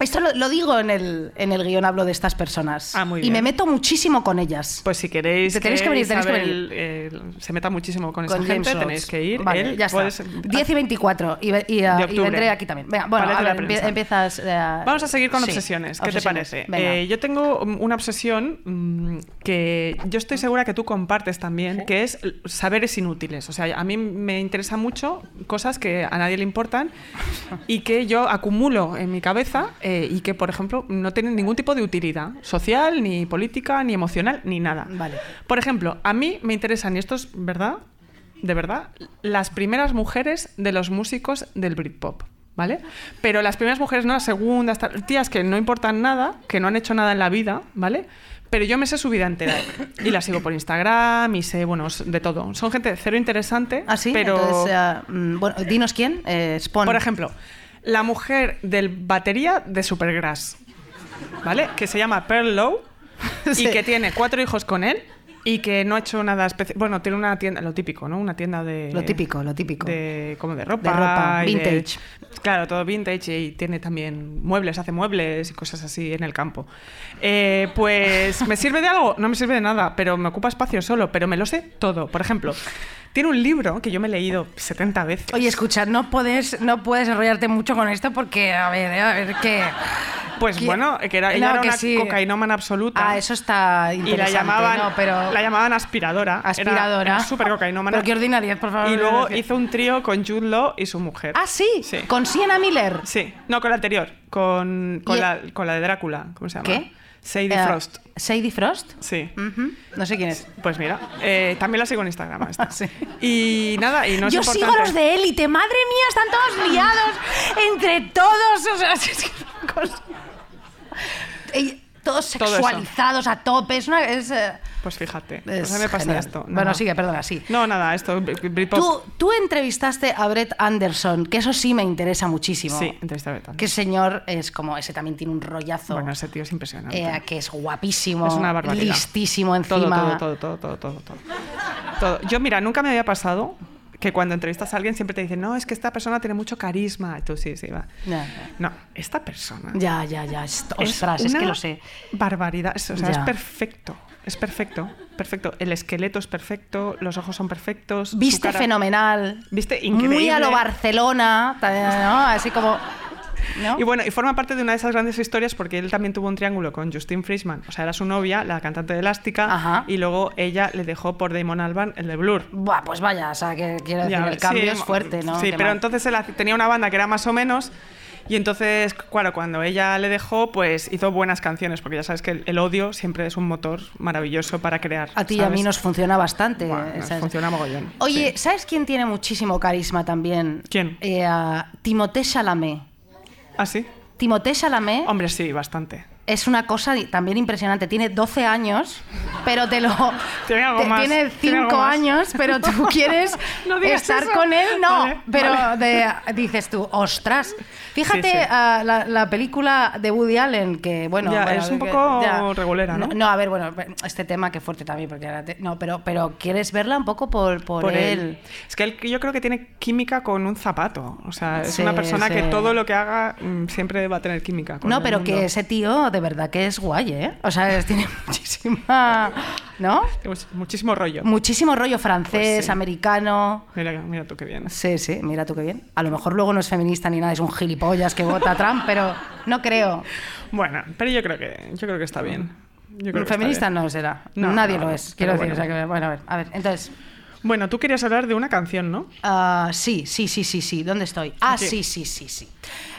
C: Esto lo, lo digo en el, en el guión, hablo de estas personas.
D: Ah, muy
C: Y me
D: bien.
C: meto muchísimo con ellas.
D: Pues si queréis
C: Te tenéis que venir, tenéis que
D: Isabel, eh, se meta muchísimo
C: con
D: con, esa gente,
C: James
D: tenéis
C: Rhodes.
D: que ir.
C: Vale,
D: él,
C: ya está.
D: puedes-
C: 10 y 24. Y, ve- y, ah,
D: De
C: y
D: octubre.
C: vendré aquí también. Venga, bueno,
D: Palacio de
C: a
D: la
C: ver,
D: Prensa.
C: empie- empiezas. eh,
D: Vamos a seguir con
C: sí,
D: obsesiones. ¿Qué
C: obsesiones.
D: te
C: Venga.
D: parece? Eh, yo tengo mm, una obsesión mm, que yo estoy segura que tú compartes también, que es l- saberes inútiles. O sea, a mí me interesa mucho cosas que a nadie le importan y que yo acumulo en mi cabeza eh, y que, por ejemplo, no tienen ningún tipo de utilidad social, ni política, ni emocional, ni nada.
C: Vale.
D: Por ejemplo, a mí me interesan, y esto es verdad, de verdad, las primeras mujeres de los músicos del Britpop. ¿Vale? Pero las primeras mujeres, no las segundas, tal, tías que no importan nada, que no han hecho nada en la vida, ¿vale? Pero yo me sé su vida entera. Y la sigo por Instagram y sé, bueno, s- de todo. Son gente cero interesante,
C: Ah, sí,
D: pero.
C: entonces, ah, mm, bueno, dinos quién, eh, Spawn.
D: Por ejemplo, la mujer del batería de Supergrass, ¿vale? Que se llama Pearl Low
C: Sí.
D: y que tiene cuatro hijos con él y que no ha hecho nada especial. Bueno, tiene una tienda, lo típico, ¿no? Una tienda de.
C: Lo típico, lo típico.
D: eh, De, como de ropa.
C: De ropa,
D: y de-
C: vintage.
D: claro, todo vintage y tiene también muebles, hace muebles y cosas así en el campo. Eh, pues, ¿me sirve de algo? No me sirve de nada, pero me ocupa espacio solo, pero me lo sé todo. Por ejemplo, tiene un libro que yo me he leído 70 veces.
C: Oye, escucha, no puedes, no puedes enrollarte mucho con esto porque, a ver, eh, a ver qué.
D: Pues
C: Que-
D: bueno, que era,
C: No,
D: ella era
C: que
D: una
C: sí.
D: cocainómana absoluta.
C: Ah, eso está
D: y
C: interesante.
D: la llamaban,
C: no, pero
D: la llamaban aspiradora. Era-
C: aspiradora.
D: Era súper cocainómana.
C: Pero qué ordinariedad, por favor.
D: Y luego
C: gracias.
D: hizo un trío con Jude Law y su mujer.
C: Ah, sí,
D: Sí.
C: con Sienna Miller.
D: Sí. No, con la anterior. Con, con,
C: Y-
D: la, con la de Drácula. ¿Cómo se llama?
C: ¿Qué?
D: Sadie
C: Eh, mm.
D: Frost.
C: Sadie Frost.
D: Sí.
C: Ujú, No sé quién es.
D: Pues mira, eh, también la sigo en Instagram. esta.
C: Ah, sí.
D: Y nada, y no es
C: Yo
D: importante.
C: sigo a los de élite, madre mía, están todos liados entre todos. O sea, es que es una cosa- Ey, Todos
D: Todo eso.
C: sexualizados a tope. Es una, es, eh,
D: Pues fíjate.
C: es
D: pues a mí me pasa
C: genial.
D: esto.
C: Bueno,
D: Nada.
C: sigue, perdona, sí.
D: No, nada, esto. Britpop.
C: Tú, tú entrevistaste a Brett Anderson, que eso sí me interesa muchísimo.
D: Sí, entrevista Betán.
C: Que ese señor es como, ese también tiene un rollazo.
D: Bueno, ese tío es impresionante.
C: eh, que es guapísimo,
D: Es una barbaridad.
C: listísimo
D: Todo,
C: encima.
D: Todo, todo, todo, todo, todo, todo. Todo. Yo, mira, nunca me había pasado que cuando entrevistas a alguien siempre te dicen, no, es que esta persona tiene mucho carisma. Y tú, sí, sí, va.
C: Ya,
D: No, esta persona.
C: Ya, ya, ya. est-
D: es
C: Ostras, es, que
D: una
C: lo sé.
D: Barbaridad. Es- O sea, es
C: Ya.
D: perfecto. Es perfecto. Perfecto. El esqueleto es perfecto. Los ojos son perfectos. su
C: Viste
D: cara-
C: fenomenal.
D: Viste increíble.
C: Muy a lo Barcelona, ta- ¿no? Así como. ¿no?
D: Y bueno, y forma parte de una de esas grandes historias porque él también tuvo un triángulo con Justin Frischman. O sea, era su novia, la cantante de Elástica,
C: Ajá.
D: y luego ella le dejó por Damon Alban el de Blur.
C: Buah, pues vaya, o sea, que quiero decir,
D: Ya,
C: el cambio
D: sí,
C: es fuerte, ¿no?
D: Sí,
C: Qué
D: pero
C: mal.
D: entonces él hace- tenía una banda que era más o menos. Y entonces, claro, cuando ella le dejó, pues hizo buenas canciones, porque ya sabes que el, el odio siempre es un motor maravilloso para crear.
C: A ti y a
D: ¿sabes?
C: mí nos funciona bastante.
D: Buah, nos
C: esas-
D: funciona mogollón.
C: Oye,
D: sí.
C: ¿sabes quién tiene muchísimo carisma también?
D: ¿Quién?
C: Eh, a Timothée Chalamet.
D: ¿Ah, sí?
C: Timothée Chalamet
D: Hombre, sí, bastante.
C: es una cosa di- también impresionante. Tiene 12 años, pero te lo.
D: Tiene algo más,
C: tiene
D: tiene
C: 5
D: algo más.
C: años, pero tú quieres
D: No digas
C: estar
D: eso.
C: con él. No,
D: Vale,
C: pero
D: vale.
C: de- dices tú, ostras. Fíjate
D: Sí, sí.
C: ah, la, la película de Woody Allen, que bueno.
D: Ya,
C: bueno,
D: es un
C: que-
D: poco regulera, ¿no?
C: No, a ver, bueno, este tema que fuerte también, porque ahora te- No, pero, pero quieres verla un poco por, por,
D: Por
C: él.
D: él. Es que él, yo creo que tiene química con un zapato. O sea, es
C: Sí,
D: una persona que
C: sí.
D: todo lo que haga mm, siempre va a tener química. con
C: No,
D: el
C: pero
D: mundo.
C: que ese tío de verdad que es guay, ¿eh? O sea, es- tiene muchísima. ¿No?
D: Tiene much- Pues, Muchísimo rollo.
C: Muchísimo rollo francés,
D: Pues sí.
C: americano.
D: Mira, mira tú qué bien.
C: Sí, sí, mira tú qué bien. A lo mejor luego no es feminista ni nada, es un gilipollas que vota a Trump, pero no creo.
D: Bueno, pero yo creo que, yo creo que está bien. Yo creo que está
C: feminista
D: bien.
C: no será.
D: No,
C: Nadie
D: no,
C: lo
D: no,
C: es, quiero
D: pero
C: decir.
D: bueno.
C: o sea que, bueno, a ver, a ver, entonces.
D: Bueno, tú querías hablar de una canción, ¿no?
C: ah, sí, sí, sí, sí, sí. ¿Dónde estoy? Ah,
D: Aquí.
C: sí, sí, sí, sí.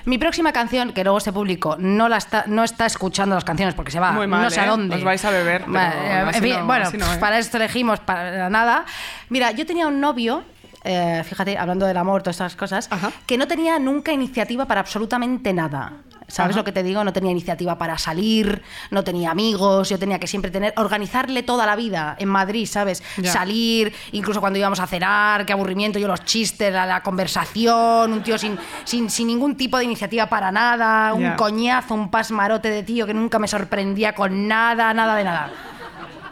C: Mi próxima canción, que luego se publicó, no la está, no está escuchando las canciones porque se va
D: Muy mal,
C: no sé a
D: ¿eh?
C: dónde.
D: Os vais a beber, pero
C: eh,
D: así
C: en fin,
D: no-
C: bueno,
D: así no,
C: pf,
D: ¿eh?
C: para esto elegimos para nada. Mira, yo tenía un novio, eh, fíjate, hablando del amor, todas estas cosas,
D: Ajá.
C: que no tenía nunca iniciativa para absolutamente nada. ¿Sabes
D: Ajá.
C: lo que te digo? No tenía iniciativa para salir, no tenía amigos, yo tenía que siempre tener, organizarle toda la vida en Madrid, ¿sabes?
D: Ya.
C: Salir, incluso cuando íbamos a cenar, qué aburrimiento, yo los chistes, la, la conversación, un tío sin, sin, sin ningún tipo de iniciativa para nada, un
D: Ya.
C: coñazo, un pasmarote de tío que nunca me sorprendía con nada, nada de nada.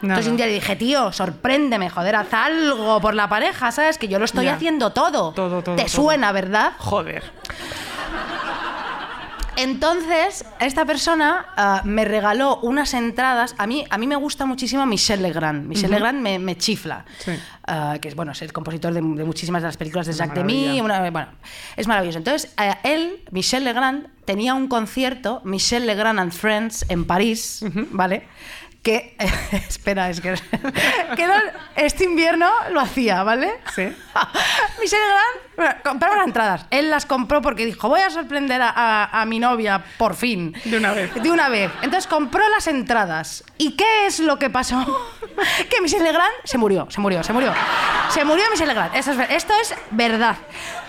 D: Nada.
C: Entonces un día le dije, tío, sorpréndeme, joder, haz algo por la pareja, ¿sabes? Que yo lo estoy
D: Ya.
C: haciendo todo.
D: Todo, todo,
C: Te
D: todo.
C: suena, ¿verdad?
D: Joder.
C: Entonces, esta persona ah, me regaló unas entradas. A mí, a mí me gusta muchísimo Michel Legrand. Michel Legrand me, me chifla.
D: Sí.
C: Ah, que es, bueno, es el compositor de, de muchísimas de las películas de Jacques
D: maravilla.
C: Demy. una- bueno, es maravilloso. Entonces, eh, él, Michel Legrand, tenía un concierto, Michel Legrand and Friends, en París, ¿vale? Que, espera, es que, que no- este invierno lo hacía, ¿vale?
D: Sí.
C: Michelle Gran bueno, compraba las entradas. Él las compró porque dijo, voy a sorprender a, a- a mi novia, por fin.
D: De una vez.
C: De una vez. Entonces compró las entradas. ¿Y qué es lo que pasó? que Michelle Legrand se murió, se murió, se murió. Se murió Michelle Legrand. Esto es, ver- esto es verdad.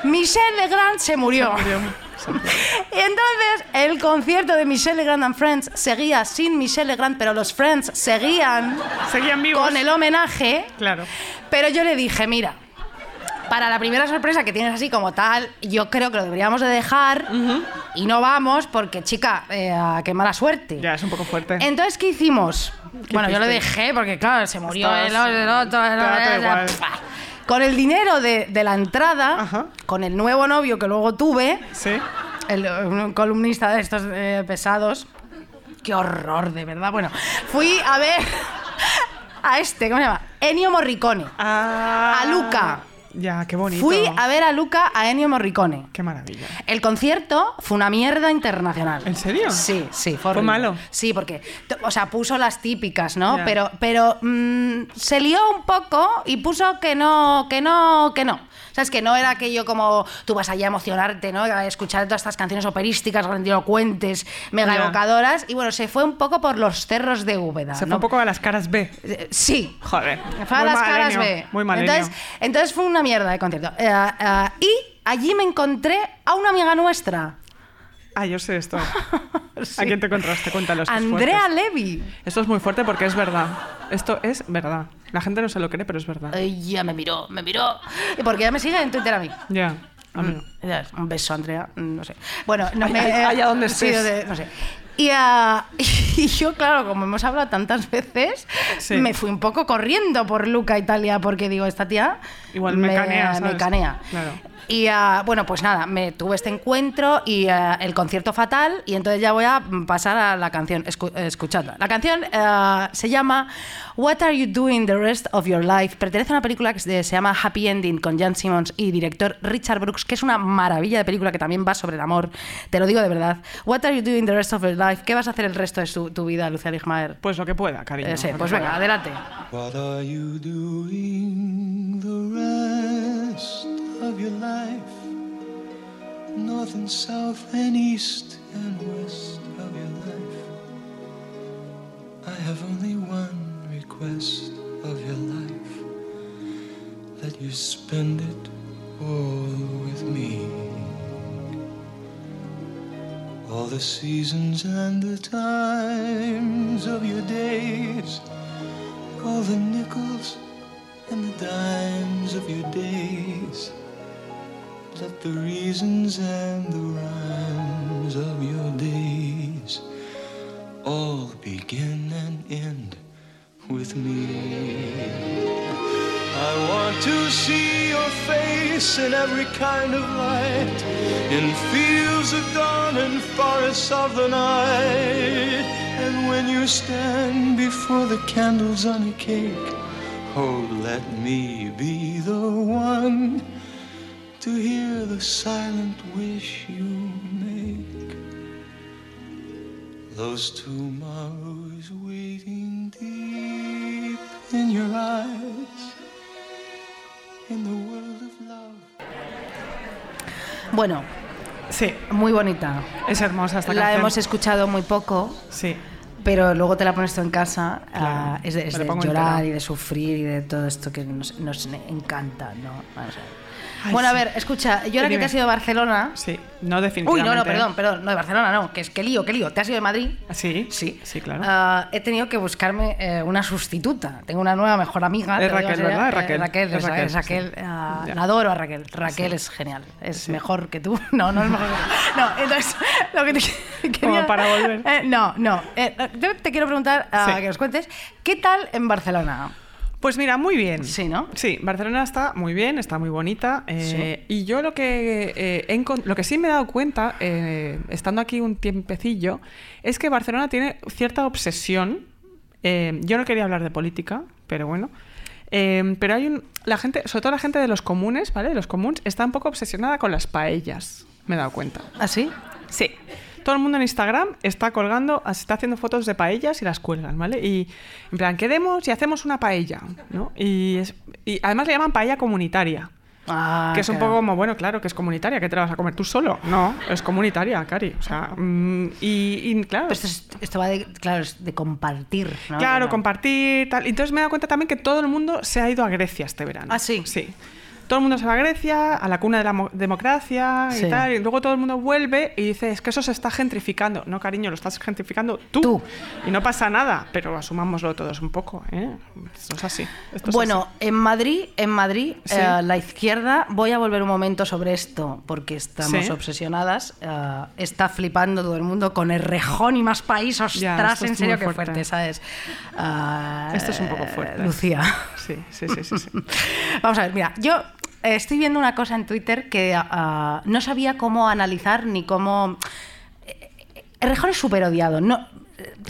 C: Michelle Legrand se murió. y entonces el concierto de Michelle Legrand and Friends seguía sin Michelle Legrand, pero los Friends seguían
D: Seguían vivos.
C: con el homenaje.
D: Claro.
C: Pero yo le dije, mira, para la primera sorpresa que tienes así como tal, yo creo que lo deberíamos de dejar y no vamos porque, chica, eh, qué mala suerte.
D: Ya, es un poco fuerte.
C: Entonces, ¿qué hicimos? bueno, yo lo
D: hicisteis?
C: dejé porque, claro, se murió
D: Estabas-
C: el otro, el otro, el
D: te da todo
C: otro,
D: igual.
C: Con el dinero de, de la entrada,
D: Ajá.
C: con el nuevo novio que luego tuve,
D: Sí.
C: el, un columnista de estos eh, pesados. Qué horror, de verdad. Bueno, fui a ver a este, ¿cómo se llama? Ennio Morricone.
D: Ah,
C: A Luca.
D: Ya, qué bonito.
C: Fui a ver a Luca a Ennio Morricone.
D: Qué maravilla.
C: El concierto fue una mierda internacional.
D: ¿En serio?
C: Sí, sí, fue,
D: ¿Fue
C: horrible.
D: malo?
C: Sí, porque, t- o sea, puso las típicas, ¿no?
D: Ya.
C: Pero, pero mm, se lió un poco y puso que no, que no, que no. O sea, es que no era aquello como tú vas allá a emocionarte, ¿no? A escuchar todas estas canciones operísticas, grandilocuentes, mega
D: Ya.
C: evocadoras. Y bueno, se fue un poco por los cerros de Úbeda.
D: Se fue
C: Ah, ¿no?
D: un poco a las caras B.
C: Eh, Sí,
D: Joder.
C: fue a
D: Muy
C: las
D: mal
C: caras
D: Ennio,
C: B.
D: Muy mal
C: entonces,
D: Entonces,
C: entonces fue una mierda de concierto. Eh, eh, y allí me encontré a una amiga nuestra,
D: Ah, yo sé esto.
C: Sí.
D: ¿A quién te encontraste? Cuéntanos. que es
C: Andrea
D: fuerte.
C: Levy.
D: Esto es muy fuerte porque es verdad. Esto es verdad. La gente no se lo cree, pero es verdad.
C: Ella me miró, me miró. Y Porque ya me sigue en Twitter a mí.
D: Ya.
C: Mm.
D: A mí no.
C: Ya, Un beso, Andrea. No sé. Bueno, no me.
D: ay, allá donde
C: sí,
D: estés.
C: donde- no sé. Y, ah, y yo, claro, como hemos hablado tantas veces,
D: Sí.
C: me fui un poco corriendo por Luca Italia porque digo, esta tía.
D: Igual me canea,
C: Me
D: ¿sabes?
C: canea.
D: Claro.
C: Y ah, bueno, pues nada, me tuve este encuentro y ah, el concierto fatal, y entonces ya voy a pasar a la canción, escu- eh, escuchadla. La canción ah, se llama What Are You Doing the Rest of Your Life? Pertenece a una película que se se llama Happy Ending con Jan Simmons y director Richard Brooks, que es una maravilla de película que también va sobre el amor, te lo digo de verdad. What Are You Doing the Rest of Your Life? ¿Qué vas a hacer el resto de su- tu vida, Lucía Ligmaer?
D: Pues lo que pueda, cariño.
C: Eh, sí,
D: lo que
C: pues
D: pueda.
C: venga, adelante.
E: What are you doing the rest of your life? North and south and east and west of your life. I have only one request of your life that you spend it all with me. All the seasons and the times of your days all the nickels and the dimes of your days. Let the reasons and the rhymes of your days all begin and end with me. I want to see your face in every kind of light, in fields of dawn and forests of the night. And when you stand before the candles on a cake, oh, let me be the one to hear the silent wish you make. Those tomorrows waiting deep in your eyes in the world of love.
C: Bueno,
D: Sí,
C: muy bonita.
D: es hermosa esta
C: La
D: canción.
C: hemos escuchado muy poco.
D: Sí.
C: Pero luego te la pones tú en casa,
D: Claro,
C: ah, es de, es
D: me la
C: de
D: pongo
C: llorar
D: entera.
C: y de sufrir y de todo esto que nos, nos encanta, ¿no? O sea,
D: Ay,
C: bueno, a
D: sí.
C: ver, escucha, yo ahora que
D: Dime.
C: te has ido a Barcelona...
D: Sí, no
C: Uy,
D: definitivamente. ¿Ah,
C: no, no, perdón, perdón, no de Barcelona, no, que es que lío, que lío. ¿Te has ido de Madrid?
D: Sí,
C: Sí,
D: sí, claro.
C: Ah, he tenido que buscarme eh, una sustituta. Tengo una nueva mejor amiga. te
D: Es
C: lo digo en
D: Raquel,
C: serio.
D: ¿verdad?
C: Eh,
D: Raquel,
C: Raquel,
D: es
C: es Raquel.
D: Raquel,
C: es Raquel.
D: sí.
C: Ah,
D: Ya.
C: la adoro a Raquel. Raquel es genial. Es mejor que tú. No, no es mejor que tú. No, entonces, lo que te que- quería...
D: para volver.
C: Eh, no, no. Eh, yo te quiero preguntar, ah,
D: Sí.
C: que nos cuentes, ¿qué tal en Barcelona?
D: Pues mira, muy bien.
C: Sí, ¿no?
D: Sí, Barcelona está muy bien, está muy bonita. eh, Y yo lo que, eh, he encon- lo que sí me he dado cuenta, eh, estando aquí un tiempecillo, es que Barcelona tiene cierta obsesión. eh, yo no quería hablar de política, pero bueno. eh, pero hay un. La gente, sobre todo la gente de los comunes, ¿vale? De los comunes, está un poco obsesionada con las paellas, me he dado cuenta.
C: ¿Así?
D: Sí. Todo el mundo en Instagram está colgando, está haciendo fotos de paellas y las cuelgan, ¿vale? Y en plan, quedemos y hacemos una paella, ¿no? Y, es- y además le llaman paella comunitaria,
C: Ah,
D: que es un
C: claro.
D: poco como, bueno, claro, que es comunitaria, que te la vas a comer tú solo. No, es comunitaria, Cari. O sea, mm, y, y claro.
C: Pero esto, es- esto va de, claro, es de compartir. ¿no?
D: Claro, compartir, tal. Entonces me he dado cuenta también que todo el mundo se ha ido a Grecia este verano.
C: Ah, sí.
D: Sí. Todo el mundo se va a Grecia, a la cuna de la mo- democracia y
C: Sí.
D: tal, y luego todo el mundo vuelve y dice, es que eso se está gentrificando. No, cariño, lo estás gentrificando tú.
C: Tú.
D: Y no pasa nada, pero asumámoslo todos un poco, ¿eh? Esto es Pues así. esto es
C: Bueno, en Madrid, en Madrid,
D: Sí.
C: eh, la izquierda, voy a volver un momento sobre esto, porque estamos
D: Sí.
C: obsesionadas. eh, está flipando todo el mundo con Errejón y más país,
D: Ya,
C: ostras,
D: esto es
C: en serio,
D: muy
C: qué
D: fuerte.
C: fuerte, ¿sabes? Ah,
D: Esto es un poco fuerte.
C: Lucía.
D: así. Sí, sí, sí, sí. sí.
C: Vamos a ver, mira, yo eh, estoy viendo una cosa en Twitter que ah, no sabía cómo analizar ni cómo. El Rejón es súper odiado. No,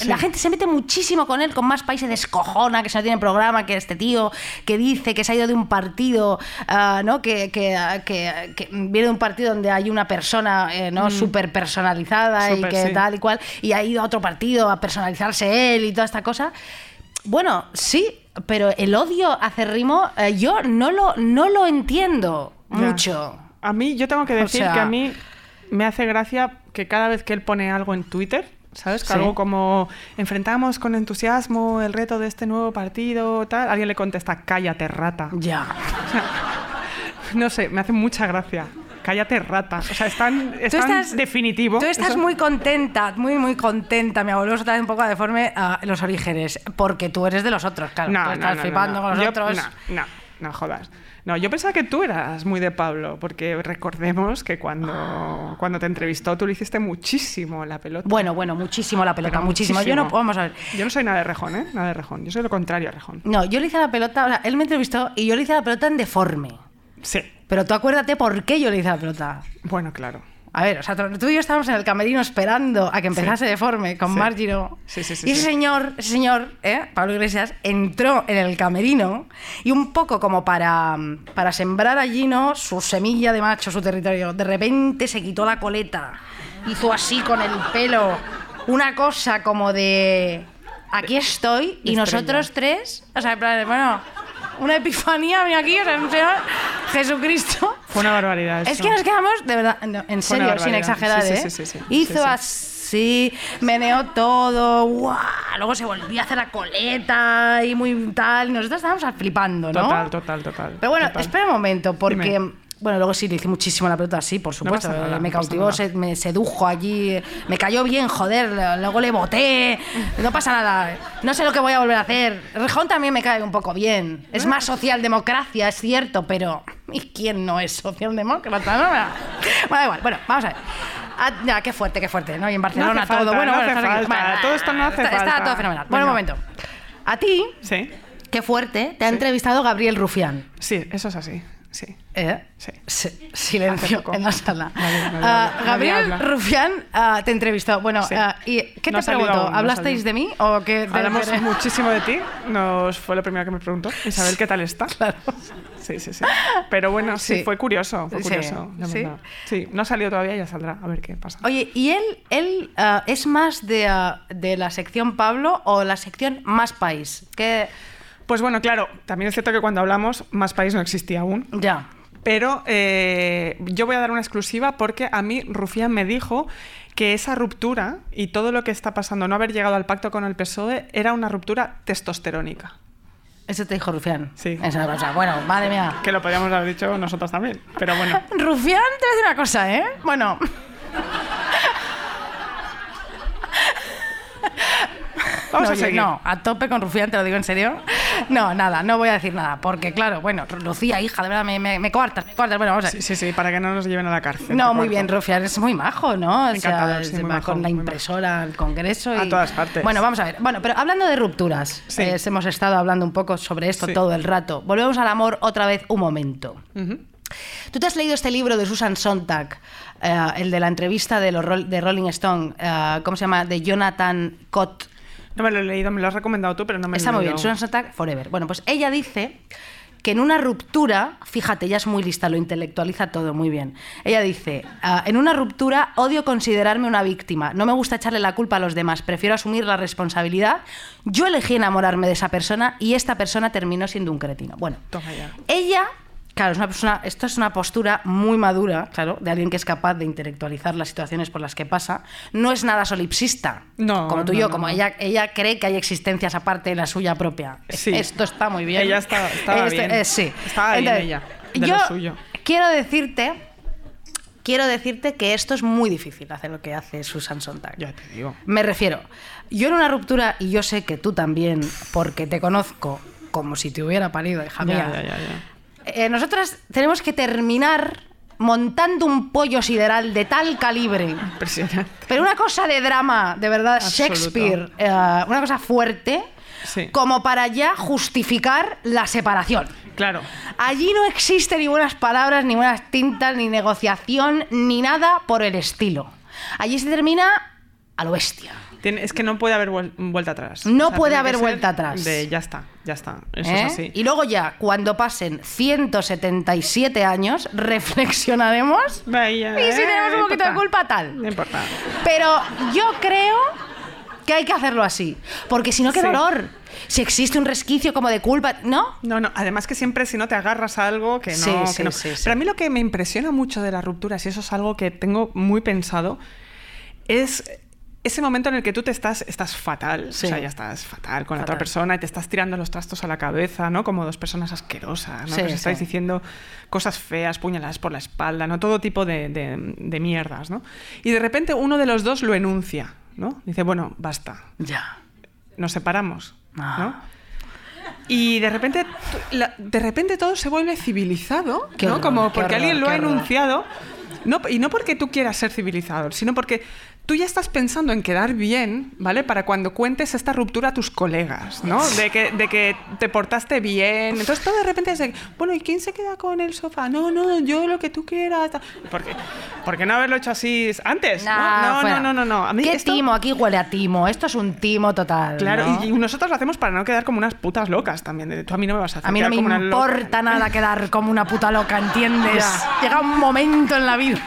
C: La gente se mete muchísimo con él, con más países descojona, que se no tiene programa, que este tío que dice que se ha ido de un partido, ah, ¿no? Que, que- que- que viene de un partido donde hay una persona eh, ¿no? súper personalizada y
D: Mm. Súper,
C: que
D: sí.
C: tal y cual, y ha ido a otro partido a personalizarse él y toda esta cosa. Bueno, sí, pero el odio acérrimo eh, yo no lo, no lo entiendo
D: Ya.
C: mucho.
D: A mí, yo tengo que
C: O
D: decir
C: sea-
D: que a mí me hace gracia que cada vez que él pone algo en Twitter, ¿sabes? Que
C: Sí.
D: algo como enfrentamos con entusiasmo el reto de este nuevo partido, tal, alguien le contesta, cállate rata.
C: Ya.
D: No sé, me hace mucha gracia. Cállate rata. O sea, es tan, es
C: Tú
D: tan
C: estás-
D: definitivo.
C: Tú estás
D: eso.
C: muy contenta, muy, muy contenta. Me volvemos otra vez un poco a deforme a los orígenes, porque tú eres de los otros, claro.
D: No,
C: tú
D: no,
C: estás
D: no, no,
C: flipando
D: no.
C: con los
D: Yo-
C: otros.
D: No, no, no jodas. No, yo pensaba que tú eras muy de Pablo, porque recordemos que cuando, cuando te entrevistó tú le hiciste muchísimo la pelota.
C: Bueno, bueno, muchísimo la pelota,
D: Pero
C: muchísimo. Yo no, vamos a ver.
D: Yo no soy nada de Rejón, ¿eh? Nada de Rejón. Yo soy lo contrario a Rejón.
C: No, yo le hice la pelota, o sea, él me entrevistó y yo le hice la pelota en deforme.
D: Sí.
C: Pero tú acuérdate por qué yo le hice la pelota.
D: Bueno, claro.
C: A ver, o sea, tú y yo estábamos en el camerino esperando a que empezase deforme con
D: Sí.
C: Margiro.
D: Sí, sí, sí,
C: y ese
D: sí.
C: señor, ese señor, ¿eh? Pablo Iglesias, entró en el camerino y un poco como para, para sembrar allí, ¿no? Su semilla de macho, su territorio. De repente se quitó la coleta, hizo así con el pelo, una cosa como de. Aquí estoy y
D: de
C: nosotros tres, o sea, en plan, bueno, una epifanía, mira aquí, o sea, un señor, Jesucristo.
D: Fue una barbaridad.
C: Es
D: eso.
C: que nos quedamos, de verdad, no, en
D: Fue una
C: serio, sin
D: barbaridad.
C: exagerar,
D: Sí, sí,
C: ¿eh?
D: sí, sí, sí.
C: Hizo
D: Sí, sí.
C: así, meneó todo, ¡guau! Luego se volvió a hacer la coleta y muy tal. y Nosotros estábamos flipando, ¿no?
D: Total, total, total.
C: Pero bueno,
D: total.
C: espera un momento, porque.
D: Dime.
C: Bueno, luego sí le hice muchísimo la pelota, sí, por supuesto.
D: pasa nada,
C: me
D: no pasa
C: cautivó,
D: nada.
C: se- me sedujo allí, me cayó bien, joder, luego le boté, no pasa nada. No sé lo que voy a volver a hacer. Rejón también me cae un poco bien. Es más socialdemocracia, es cierto, pero ¿y quién no es socialdemócrata? No? Bueno, da igual, bueno, vamos a ver. Ah, ya, qué fuerte, qué fuerte, ¿no? Y en Barcelona
D: hace falta,
C: todo. Bueno,
D: no
C: bueno,
D: hace
C: estás aquí.
D: falta, todo esto no hace
C: está, está
D: falta.
C: todo fenomenal. Bueno, un
D: Venga.
C: momento. A ti,
D: Sí.
C: qué fuerte, te ha entrevistado Gabriel Rufián.
D: Sí, eso es así. Sí.
C: ¿Eh?
D: Sí.
C: Si-
D: Hace
C: Silencio
D: poco.
C: en la sala.
D: Nadie- nadie
C: Ah,
D: habla.
C: Gabriel
D: Nadie habla.
C: Rufián ah, te entrevistó. Bueno,
D: Sí.
C: ah, ¿y ¿qué te
D: No ha salido
C: preguntó?
D: aún, no ha
C: ¿Hablasteis
D: salido.
C: de mí o qué? te-
D: Hablamos muchísimo de ti. Nos fue lo primero que me preguntó. Isabel, ¿qué tal está?
C: Claro.
D: Sí, sí, sí. Pero bueno, sí,
C: Sí.
D: fue curioso. Fue
C: Sí.
D: curioso, la
C: Sí.
D: verdad. Sí, no ha salido todavía, ya saldrá. A ver qué pasa.
C: Oye, ¿y él, él ah, es más de, ah, de la sección Pablo o la sección Más País? Que
D: Pues bueno, claro, también es cierto que cuando hablamos, más país no existía aún.
C: ya.
D: Pero eh, yo voy a dar una exclusiva porque a mí Rufián me dijo que esa ruptura y todo lo que está pasando, no haber llegado al pacto con el PSOE, E, era una ruptura testosterónica.
C: Eso te dijo Rufián.
D: Sí.
C: Es una cosa. Bueno, madre mía.
D: Que lo podríamos haber dicho nosotros también. Pero bueno,
C: Rufián, te voy a decir una cosa, ¿eh? Bueno.
D: vamos
C: no, yo-
D: a seguir.
C: No, a tope con Rufián, te lo digo en serio. No, nada, no voy a decir nada, porque claro, bueno, Lucía, hija, de verdad, me, me, me coartas, me coartas, bueno, vamos a
D: Sí, sí, sí, para que no nos lleven a la cárcel.
C: No,
D: te
C: muy
D: cuento.
C: bien, Rufián, es muy majo, ¿no? O sea,
D: Encantador, sí,
C: se
D: muy
C: va
D: majo,
C: con la
D: muy
C: impresora al Congreso. Y...
D: A todas partes.
C: Bueno, vamos a ver. Bueno, pero hablando de rupturas,
D: Sí.
C: eh, hemos estado hablando un poco sobre esto
D: Sí.
C: todo el rato. Volvemos al amor otra vez un momento. Tú te has leído este libro de Susan Sontag, eh, el de la entrevista de, los Roll- de Rolling Stone, eh, ¿cómo se llama? De Jonathan Cott.
D: No me lo he leído, me lo has recomendado tú, pero no me
C: Está
D: lo he
C: muy bien,
D: leído.
C: Susan Sontag Forever. Bueno, pues ella dice que en una ruptura, fíjate, ella es muy lista, lo intelectualiza todo muy bien. Ella dice, "Ah, en una ruptura odio considerarme una víctima, no me gusta echarle la culpa a los demás, prefiero asumir la responsabilidad. Yo elegí enamorarme de esa persona y esta persona terminó siendo un cretino. Bueno,
D: Toma ya.
C: ella, claro, es una persona, esto es una postura muy madura, claro, de alguien que es capaz de intelectualizar las situaciones por las que pasa. No es nada solipsista,
D: No,
C: como tú y
D: no,
C: yo,
D: no,
C: como
D: no.
C: ella, ella cree que hay existencias aparte de la suya propia.
D: Sí.
C: Esto está muy bien.
D: Ella está- estaba bien.
C: eh, sí.
D: Estaba bien ella, de
C: yo
D: lo suyo.
C: quiero decirte, quiero decirte que esto es muy difícil hacer lo que hace Susan Sontag.
D: Ya te digo.
C: Me refiero, yo en una ruptura, y yo sé que tú también, porque te conozco como si te hubiera parido, hija mía.
D: Ya, ya, ya, ya.
C: Eh, nosotras tenemos que terminar montando un pollo sideral de tal calibre.
D: Impresionante.
C: Pero una cosa de drama, de verdad,
D: Absoluto.
C: Shakespeare, eh, una cosa fuerte,
D: Sí.
C: como para ya justificar la separación.
D: Claro.
C: Allí no existe ni buenas palabras, ni buenas tintas, ni negociación, ni nada por el estilo. Allí se termina a lo bestia.
D: Tiene- es que no puede haber vuel- vuelta atrás.
C: No puede
D: tiene que
C: haber
D: ser
C: vuelta atrás.
D: De ya está, ya está. Eso
C: ¿eh?
D: es así.
C: Y luego ya, cuando pasen 177 años, reflexionaremos
D: Vaya,
C: y si
D: eh,
C: tenemos un
D: no
C: poquito de
D: importa.
C: culpa, tal.
D: No importa.
C: Pero yo creo que hay que hacerlo así. Porque si no, qué
D: Sí.
C: dolor. Si existe un resquicio como de culpa, ¿no?
D: No, no, además que siempre si no te agarras a algo que no...
C: Sí,
D: que
C: sí,
D: no.
C: sí, sí.
D: Pero a mí lo que me impresiona mucho de las rupturas, y eso es algo que tengo muy pensado, es ese momento en el que tú te estás, estás fatal,
C: Sí.
D: o sea, ya estás fatal con la
C: Fatal.
D: otra persona y te estás tirando los trastos a la cabeza, ¿no? Como dos personas asquerosas, ¿no?
C: Sí,
D: que os estáis
C: sí.
D: diciendo cosas feas, puñaladas por la espalda, ¿no? Todo tipo de, de- de mierdas, ¿no? Y de repente uno de los dos lo enuncia, ¿no? Dice, bueno, basta,
C: Ya.
D: nos separamos,
C: Ah.
D: ¿no? Y de repente, t- la- de repente todo se vuelve civilizado,
C: Qué
D: ¿no?
C: horror,
D: Como
C: qué horror,
D: porque alguien lo
C: qué
D: ha
C: horror.
D: enunciado. No, y no porque tú quieras ser civilizado, sino porque tú ya estás pensando en quedar bien, ¿vale? Para cuando cuentes esta ruptura a tus colegas, ¿no? De que, de que te portaste bien. Entonces todo de repente es de, bueno, ¿y quién se queda con el sofá? No, no, yo lo que tú quieras. ta- ¿Por qué, ¿Por qué no haberlo hecho así antes? No, no,
C: Ah, fuera.
D: no, no, no, no. A mí
C: ¿Qué
D: esto-
C: timo? Aquí huele a timo. Esto es un timo total.
D: Claro,
C: ¿no?
D: y, y nosotros lo hacemos para no quedar como unas putas locas también. de, Tú a mí no me vas a hacer
C: A mí no
D: quedar
C: me
D: como una loca".
C: importa nada quedar como una puta loca, ¿entiendes? Llega un momento en la vida.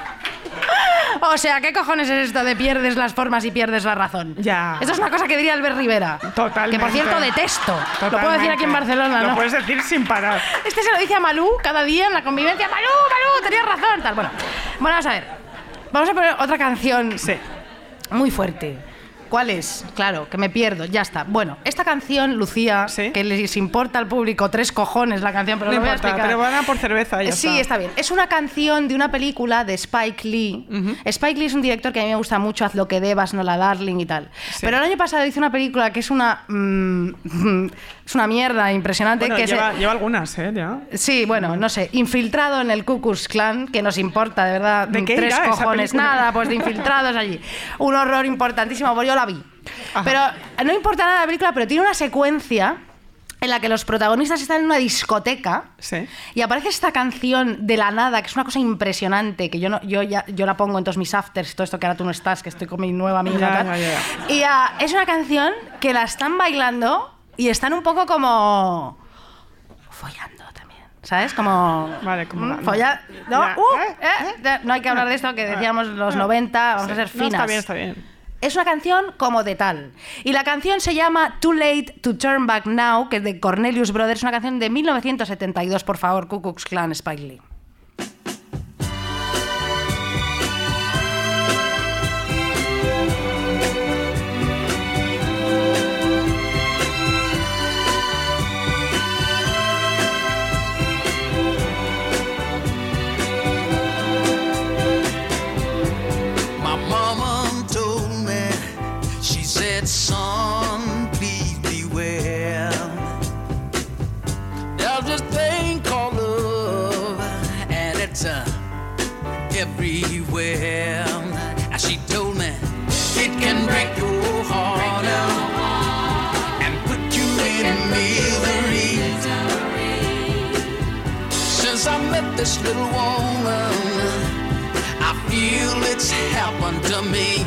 C: O sea, ¿qué cojones es esto de pierdes las formas y pierdes la razón?
D: Ya.
C: Esto es una cosa que diría Albert Rivera.
D: Totalmente.
C: Que por cierto detesto. Lo puedo decir
D: Totalmente.
C: aquí en Barcelona,
D: Lo
C: ¿no?
D: puedes decir sin parar.
C: Este se lo dice a Malú cada día en la convivencia. Malú, Malú, tenías razón. Tal. Bueno, bueno, vamos a ver. Vamos a poner otra canción
D: Sí.
C: muy fuerte. ¿Cuál es? Claro, que me pierdo, ya está. Bueno, esta canción, Lucía,
D: Sí.
C: que les importa al público tres cojones la canción, pero
D: No
C: lo voy a
D: importa,
C: explicar.
D: pero van a por cerveza y ya
C: Sí, está bien. Es una canción de una película de Spike Lee. Spike Lee es un director que a mí me gusta mucho, haz lo que debas, no la darling y tal. Pero el año pasado hizo una película que es una mm, es una mierda impresionante
D: Bueno,
C: que se-
D: lleva, lleva algunas, ¿eh? Ya.
C: Sí, bueno, no sé, infiltrado en el Ku Klux Klan, que nos importa, de verdad,
D: ¿De qué
C: tres
D: irá esa
C: cojones,
D: película?
C: nada, pues de infiltrados allí. Un horror importantísimo, porque yo la vi.
D: Ajá.
C: Pero no importa nada la película, pero tiene una secuencia en la que los protagonistas están en una discoteca
D: Sí.
C: y aparece esta canción de la nada, que es una cosa impresionante, que yo, no, yo, ya, yo la pongo en todos mis afters y todo esto que ahora tú no estás, que estoy con mi nueva amiga.
D: Ya,
C: tal.
D: ya, ya.
C: Y ah, es una canción que la están bailando y están un poco como follando también. ¿Sabes? Como.
D: Vale, como dando.
C: follar. No,
D: Ya.
C: Uh,
D: Eh, Ah,
C: eh, eh, no hay que hablar de esto que decíamos los 90, vamos a
D: Sí.
C: ser
D: No,
C: finas.
D: está bien, está bien.
C: Es una canción como de tal. Y la canción se llama Too Late to Turn Back Now, que es de Cornelius Brothers, una canción de 1972, por favor, Ku Klux Klan, Spike Lee.
G: My mama told me, she said, son, please beware. uh, everywhere. As she told me, it can break your heart out and put you in misery. Since I met this little woman, I feel it's happened to me,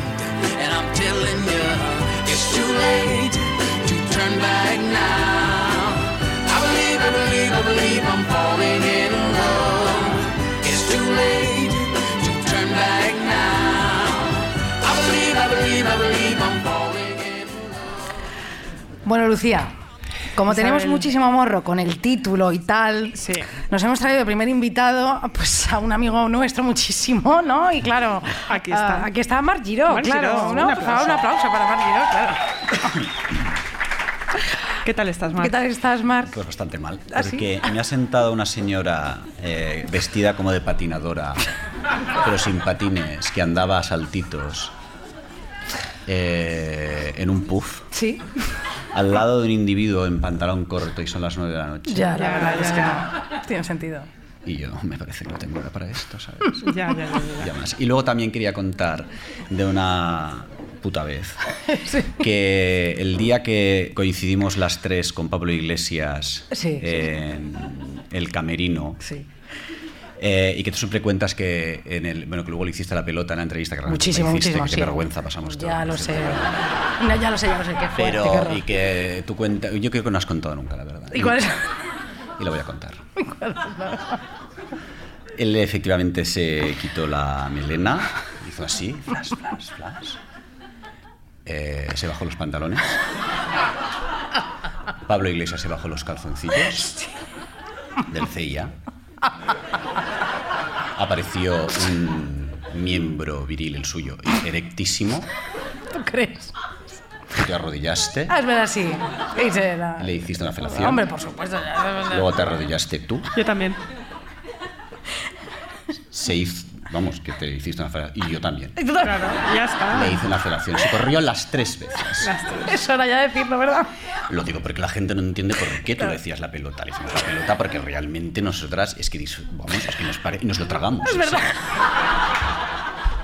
G: and I'm telling you, it's too late to turn back now. I believe, I believe, I believe I'm falling in love. It's too late to turn back now. I believe, I believe, I believe I'm falling in love.
C: Bueno, Lucía, como
D: Isabel.
C: tenemos muchísimo morro con el título y tal,
D: Sí.
C: nos hemos traído de primer invitado pues, a un amigo nuestro muchísimo, ¿no? Y claro,
D: Aquí está.
C: ah, aquí está Mar Giró,
D: Mar
C: claro.
D: Giró,
C: ¿no?
D: un
C: Por favor, un aplauso para Mar Giró, claro.
D: ¿Qué tal estás, Mar?
C: ¿Qué tal estás, Mar?
H: Pues bastante mal,
C: ¿Ah, sí?
H: porque me ha sentado una señora eh, vestida como de patinadora, pero sin patines, que andaba a saltitos eh, en un puff,
C: Sí.
H: al lado de un individuo en pantalón corto y son las 9 de la noche.
C: Ya, la
D: Ya,
C: verdad
D: ya,
C: es que
D: ya.
C: no. Tiene sentido.
H: Y yo, me parece que no tengo hora para esto, ¿sabes?
D: Ya, ya, ya, ya.
H: Y además- Y luego también quería contar de una puta vez
C: Sí.
H: que el día que coincidimos las tres con Pablo Iglesias
C: Sí, sí, sí.
H: en el camerino,
C: Sí.
H: Eh, y que tú siempre cuentas que en el bueno que luego le hiciste la pelota en la entrevista que realmente
C: Muchísimo,
H: le hiciste,
C: muchísimo.
H: Ah, que qué
C: sí.
H: vergüenza pasamos todos.
C: Ya lo
H: Sí,
C: sé.
H: pero-
C: No, ya lo sé, ya lo sé. Qué fuerte, qué
H: Pero
C: horror.
H: y que tú cuentas, yo creo que no has contado nunca la verdad.
C: ¿Y cuál es?
H: Y lo voy a contar. Él efectivamente se quitó la melena, hizo así, flash, flash, flash. Eh, se bajó los pantalones. Pablo Iglesias se bajó los calzoncillos del CIA. Apareció un miembro viril, el suyo, erectísimo.
C: ¿Tú crees?
H: Te arrodillaste,
C: Ah, es verdad, sí. Y se la-
H: le hiciste una felación.
C: Hombre, por supuesto. ya-
H: Luego te arrodillaste tú.
D: Yo también.
H: Se hizo, vamos, que te hiciste una felación. Y yo también.
C: Y tú también.
D: Claro, ya
H: Le
D: está.
H: hice una felación. Se corrió las tres veces.
C: Es hora ya de decirlo, ¿verdad?
H: Lo digo porque la gente no entiende por qué tú decías la pelota. Le hicimos la pelota porque realmente nosotras es que, dis- vamos, es que nos, pare- nos lo tragamos.
C: Es verdad.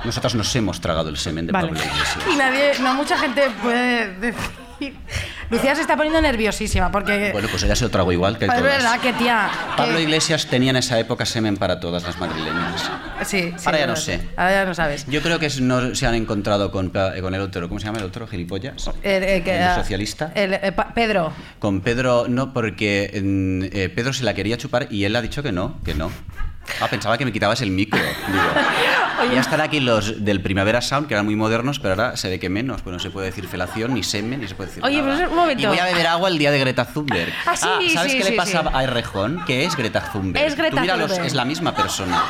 H: Nosotras nos hemos tragado el semen de
D: Vale.
H: Pablo Iglesias.
C: Y nadie, no mucha gente puede decir. Lucía se está poniendo nerviosísima porque.
H: Bueno, pues ella se lo tragó igual que
C: es
H: todas.
C: verdad que tía. que-
H: Pablo Iglesias tenía en esa época semen para todas las madrileñas.
C: Sí, sí,
H: Ahora ya
C: es
H: no
C: verdad.
H: sé.
C: Ahora ya no sabes.
H: Yo creo que es- no se han encontrado con, Pla- con el otro, ¿cómo se llama el otro? ¿Gilipollas?
C: Eh, eh, que-
H: ¿El socialista?
C: el, eh, Pa- Pedro.
H: Con Pedro, no, porque mm, eh, Pedro se la quería chupar y él ha dicho que no, que no. Ah, pensaba que me quitabas el micro. Digo, ya están aquí los del Primavera Sound, que eran muy modernos, pero ahora se ve que menos. Pues no se puede decir felación, ni semen, ni se puede decir
C: Oye,
H: nada.
C: pero es- un momento.
H: Y voy a beber agua el día de Greta Thunberg.
C: Ah, sí,
H: ¿sabes
C: sí,
H: qué
C: sí,
H: le pasa
C: sí.
H: a Errejón? Que es Greta Thunberg.
C: Es Greta
H: Tú míralos,
C: Thunberg.
H: es la misma persona.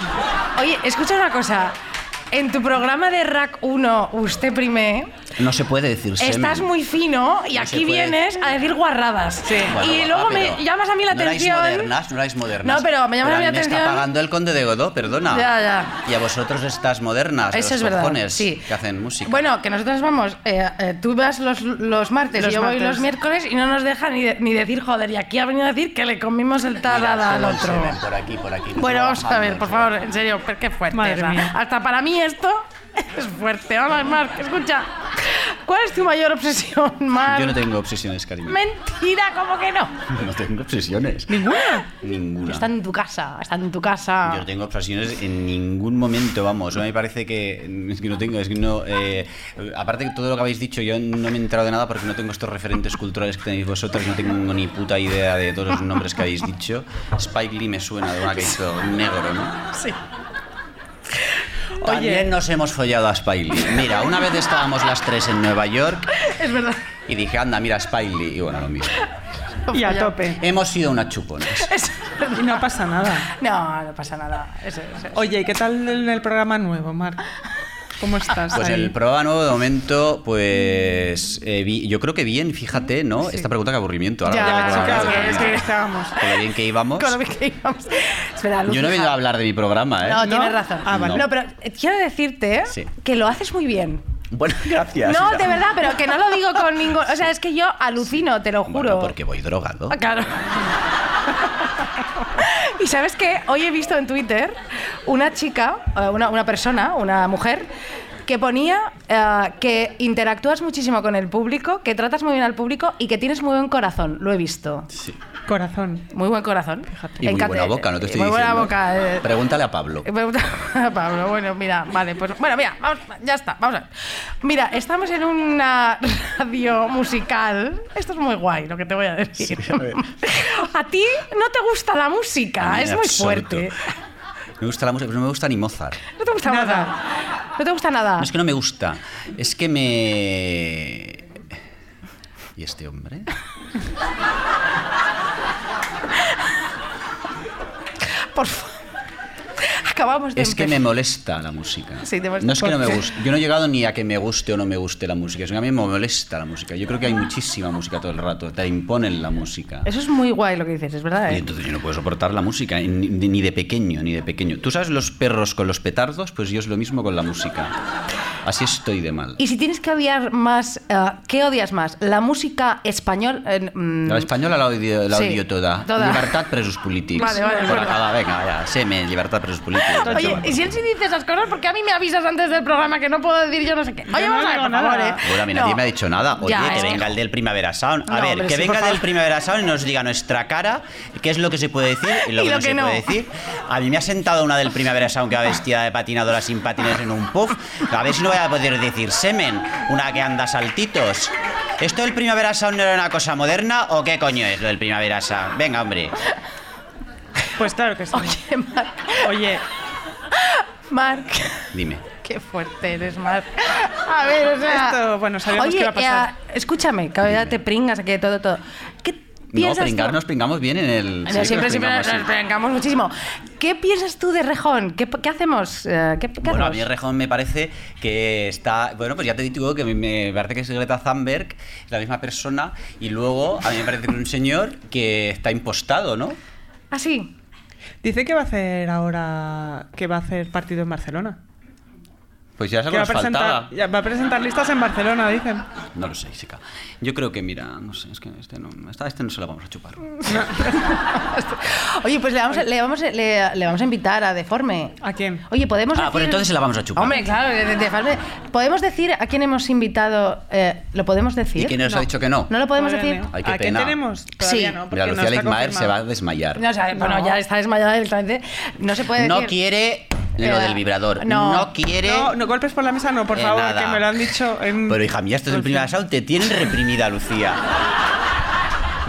C: Oye, escucha una cosa. En tu programa de Rack 1, usted prime,
H: No se puede decir semen.
C: estás muy fino y
H: No se
C: aquí
H: puede.
C: vienes a decir guarradas.
H: Bueno,
C: y
H: guapa,
C: luego
H: pero
C: me llamas a mí la
H: no erais
C: atención.
H: modernas, no erais modernas.
C: No, pero me llama la
H: a mí Me
C: atención-
H: está pagando el conde de Godó, perdona.
C: Ya, ya.
H: Y a vosotros estás modernas, de
C: Eso
H: los
C: es verdad.
H: cojones
C: sí.
H: que hacen música.
C: Bueno, que nosotros vamos, eh, eh, tú vas los, los martes
D: Los
C: y yo voy
D: martes.
C: los miércoles y no nos deja ni, de- ni decir, joder, y aquí ha venido a decir que le comimos el
H: Mira,
C: tarada al
H: solo el
C: otro.
H: semen por aquí, por aquí.
C: Bueno, vamos
H: Está
C: a ver, por
H: bajando, el semen.
C: favor, en serio, pero qué fuerte.
D: Madre
C: o sea,
D: mía.
C: Hasta para mí esto es fuerte. Vamos, Marc, escucha. ¿Cuál es tu mayor obsesión, Marc?
H: Yo no tengo obsesiones, cariño.
C: Mentira, ¿cómo que no?
H: No tengo obsesiones.
D: ¿Ninguna?
H: Ninguna.
C: Está en tu casa, está en tu casa.
H: Yo no tengo obsesiones en ningún momento, vamos. Me parece que. Es que no tengo, es que no. eh, aparte de todo lo que habéis dicho, yo no me he enterado de nada porque no tengo estos referentes culturales que tenéis vosotros, no tengo ni puta idea de todos los nombres que habéis dicho. Spike Lee me suena de una que hizo negro, ¿no?
D: Sí.
H: También nos hemos follado a Spike Lee. Mira, una vez estábamos las tres en Nueva York
C: Es verdad.
H: y dije, anda, mira, Spike Lee. Y bueno, lo mismo.
D: Y a tope.
H: Hemos sido unas chupones.
C: Es-
D: Y no pasa nada.
C: No, no pasa nada. Eso, eso.
D: Oye, ¿y ¿qué tal en el programa nuevo, Marc? ¿Cómo estás?
H: Pues
D: ahí?
H: el programa nuevo de momento, pues eh, vi- yo creo que bien, fíjate, ¿no? Esta pregunta que aburrimiento. Ahora
C: Ya,
H: vamos a
D: chica,
H: hablar
D: pero
H: de-
D: es que estábamos.
H: Con lo bien que íbamos.
C: Con lo que íbamos. Espera, Luz,
H: Yo no he venido
C: hija.
H: a hablar de mi programa, ¿eh?
C: No,
D: ¿No?
C: tienes razón.
D: Ah,
H: vale.
C: No, pero eh, quiero decirte
H: Sí.
C: que lo haces muy bien.
H: Bueno, gracias.
C: no,
H: Ya.
C: de verdad, pero que no lo digo con ningún. O sea, es que yo alucino, te lo
H: Bueno,
C: juro.
H: porque voy drogado.
C: Ah, Claro. Y sabes que hoy he visto en Twitter una chica, eh, una, una persona, una mujer, que ponía eh, que interactúas muchísimo con el público, que tratas muy bien al público y que tienes muy buen corazón. Lo he visto.
H: Sí.
D: Corazón.
C: Muy buen corazón.
H: Y muy
C: Encanta-
H: buena boca, no
C: eh,
H: te estoy
C: Muy buena
H: diciendo.
C: boca. eh.
H: Pregúntale a Pablo.
C: Pregunta- Pablo, bueno, mira, vale, pues bueno, mira, vamos, ya está, vamos a ver. Mira, estamos en una radio musical. Esto es muy guay, lo que te voy a decir.
H: Sí, a ver.
C: A ti no te gusta la
H: A
C: música,
H: mí
C: es
H: en
C: muy
H: absoluto.
C: fuerte.
H: Me gusta la música, pero no me gusta ni Mozart.
C: No te gusta nada.
D: Nada.
C: No te gusta nada.
H: No es que no me gusta, es que me... ¿Y este hombre?
C: Por favor. Acabamos de
H: Es que me
C: empezar.
H: molesta la música.
C: Sí, te molesta.
H: no es que no me
C: ¿Por qué?
H: guste. Yo no he llegado ni a que me guste o no me guste la música. Es que a mí me molesta la música. Yo creo que hay muchísima música todo el rato. Te imponen la música.
C: Eso es muy guay lo que dices, es verdad.
H: Y
C: ¿eh?
H: entonces yo no puedo soportar la música, ni- ni de pequeño, ni de pequeño. ¿Tú sabes los perros con los petardos? Pues yo es lo mismo con la música. Así estoy de mal.
C: Y si tienes que odiar más, eh, ¿qué odias más? ¿La música español? eh, mm,
H: La española la odio, la
C: Sí,
H: odio toda.
C: toda.
H: Libertad presos polítics.
C: Vale, vale,
H: Por
C: bueno.
H: acá va, venga, ya, semen, libertad presos políticos.
C: Oye, y si él sí dice esas cosas, ¿por qué a mí me avisas antes del programa que no puedo decir yo no sé qué? Oye, vamos
D: no
C: a ver,
D: digo
C: por
D: nada.
C: favor, ¿eh?
H: Bueno, a mí nadie
C: No.
H: me ha dicho nada. Oye,
C: Ya,
H: que
C: es que-
H: venga el del Primavera Sound. A
C: No,
H: ver,
C: hombre,
H: que
C: sí, por
H: venga del
C: favor.
H: Primavera Sound y nos diga nuestra cara qué es lo que se puede decir y lo
C: Y
H: que
C: lo
H: no
C: que
H: se
C: no.
H: puede decir. A mí me ha sentado una del Primavera Sound que va vestida de patinadora sin patines en un puff. A ver si no voy a poder decir semen, una que anda a saltitos. ¿Esto del Primavera Sound no era una cosa moderna o qué coño es lo del Primavera Sound? Venga, hombre.
D: Pues claro que sí.
C: Oye, Marc,
D: Oye,
C: Marc,
H: Dime.
C: qué fuerte eres, Marc. A ver, o sea...
D: Esto, bueno, sabíamos
C: Oye,
D: que iba a pasar.
C: eh, escúchame, que ahora te pringas aquí de todo, todo. ¿Qué
H: No,
C: piensas tú-
H: pringar, nos pringamos bien en el...
C: No,
H: sí que nos
C: siempre, siempre
H: pringamos,
C: nos,
H: sí.
C: nos pringamos muchísimo. ¿Qué piensas tú de Rejón? ¿Qué, qué hacemos? Eh, ¿Qué, qué
H: Bueno, a
C: hacemos?
H: mí Rejón me parece que está. Bueno, pues ya te digo que a mí me parece que es Greta Thunberg, es la misma persona, y luego a mí me parece que es un señor que está impostado, ¿no?
C: ¿Ah, sí?
D: dice que va a hacer ahora. que va a hacer partido en Barcelona.
H: Pues ya es
D: Que
H: algo
D: va
H: nos
D: a, presentar,
H: faltaba.
D: ya va a presentar listas en Barcelona, dicen.
H: No lo sé, Isica. Yo creo que, mira, no sé, es que este no, esta- este no se la vamos a chupar.
C: Oye, pues le vamos, a, le, vamos a- le- le vamos a invitar a Deforme.
D: ¿A quién?
C: Oye, podemos
H: Ah,
C: decir...
H: pues entonces se la vamos a chupar.
C: Hombre, claro, de- de- de Farme. podemos decir a quién hemos invitado. eh, ¿Lo podemos decir?
H: ¿Y quién nos
C: No.
H: ha dicho que no?
C: No lo podemos
D: Todavía
C: decir.
D: no.
H: Ay, qué
D: ¿A quién
H: pena.
D: tenemos? Todavía
C: Sí.
D: no, porque
H: Mira,
D: no
H: Lucía
D: está
H: Ligmaer se va a
D: confirmado.
H: desmayar.
C: eh. No, o sea, bueno, ya está desmayada directamente. No se puede
H: No
C: decir.
H: quiere lo
C: Eh,
H: del vibrador.
C: no.
H: No, quiere.
D: No, no golpes por la mesa, no, por
H: eh,
D: favor,
H: nada.
D: que me lo han dicho en.
H: Pero hija mía, esto es el primer asalto, te tienen reprimida, Lucía.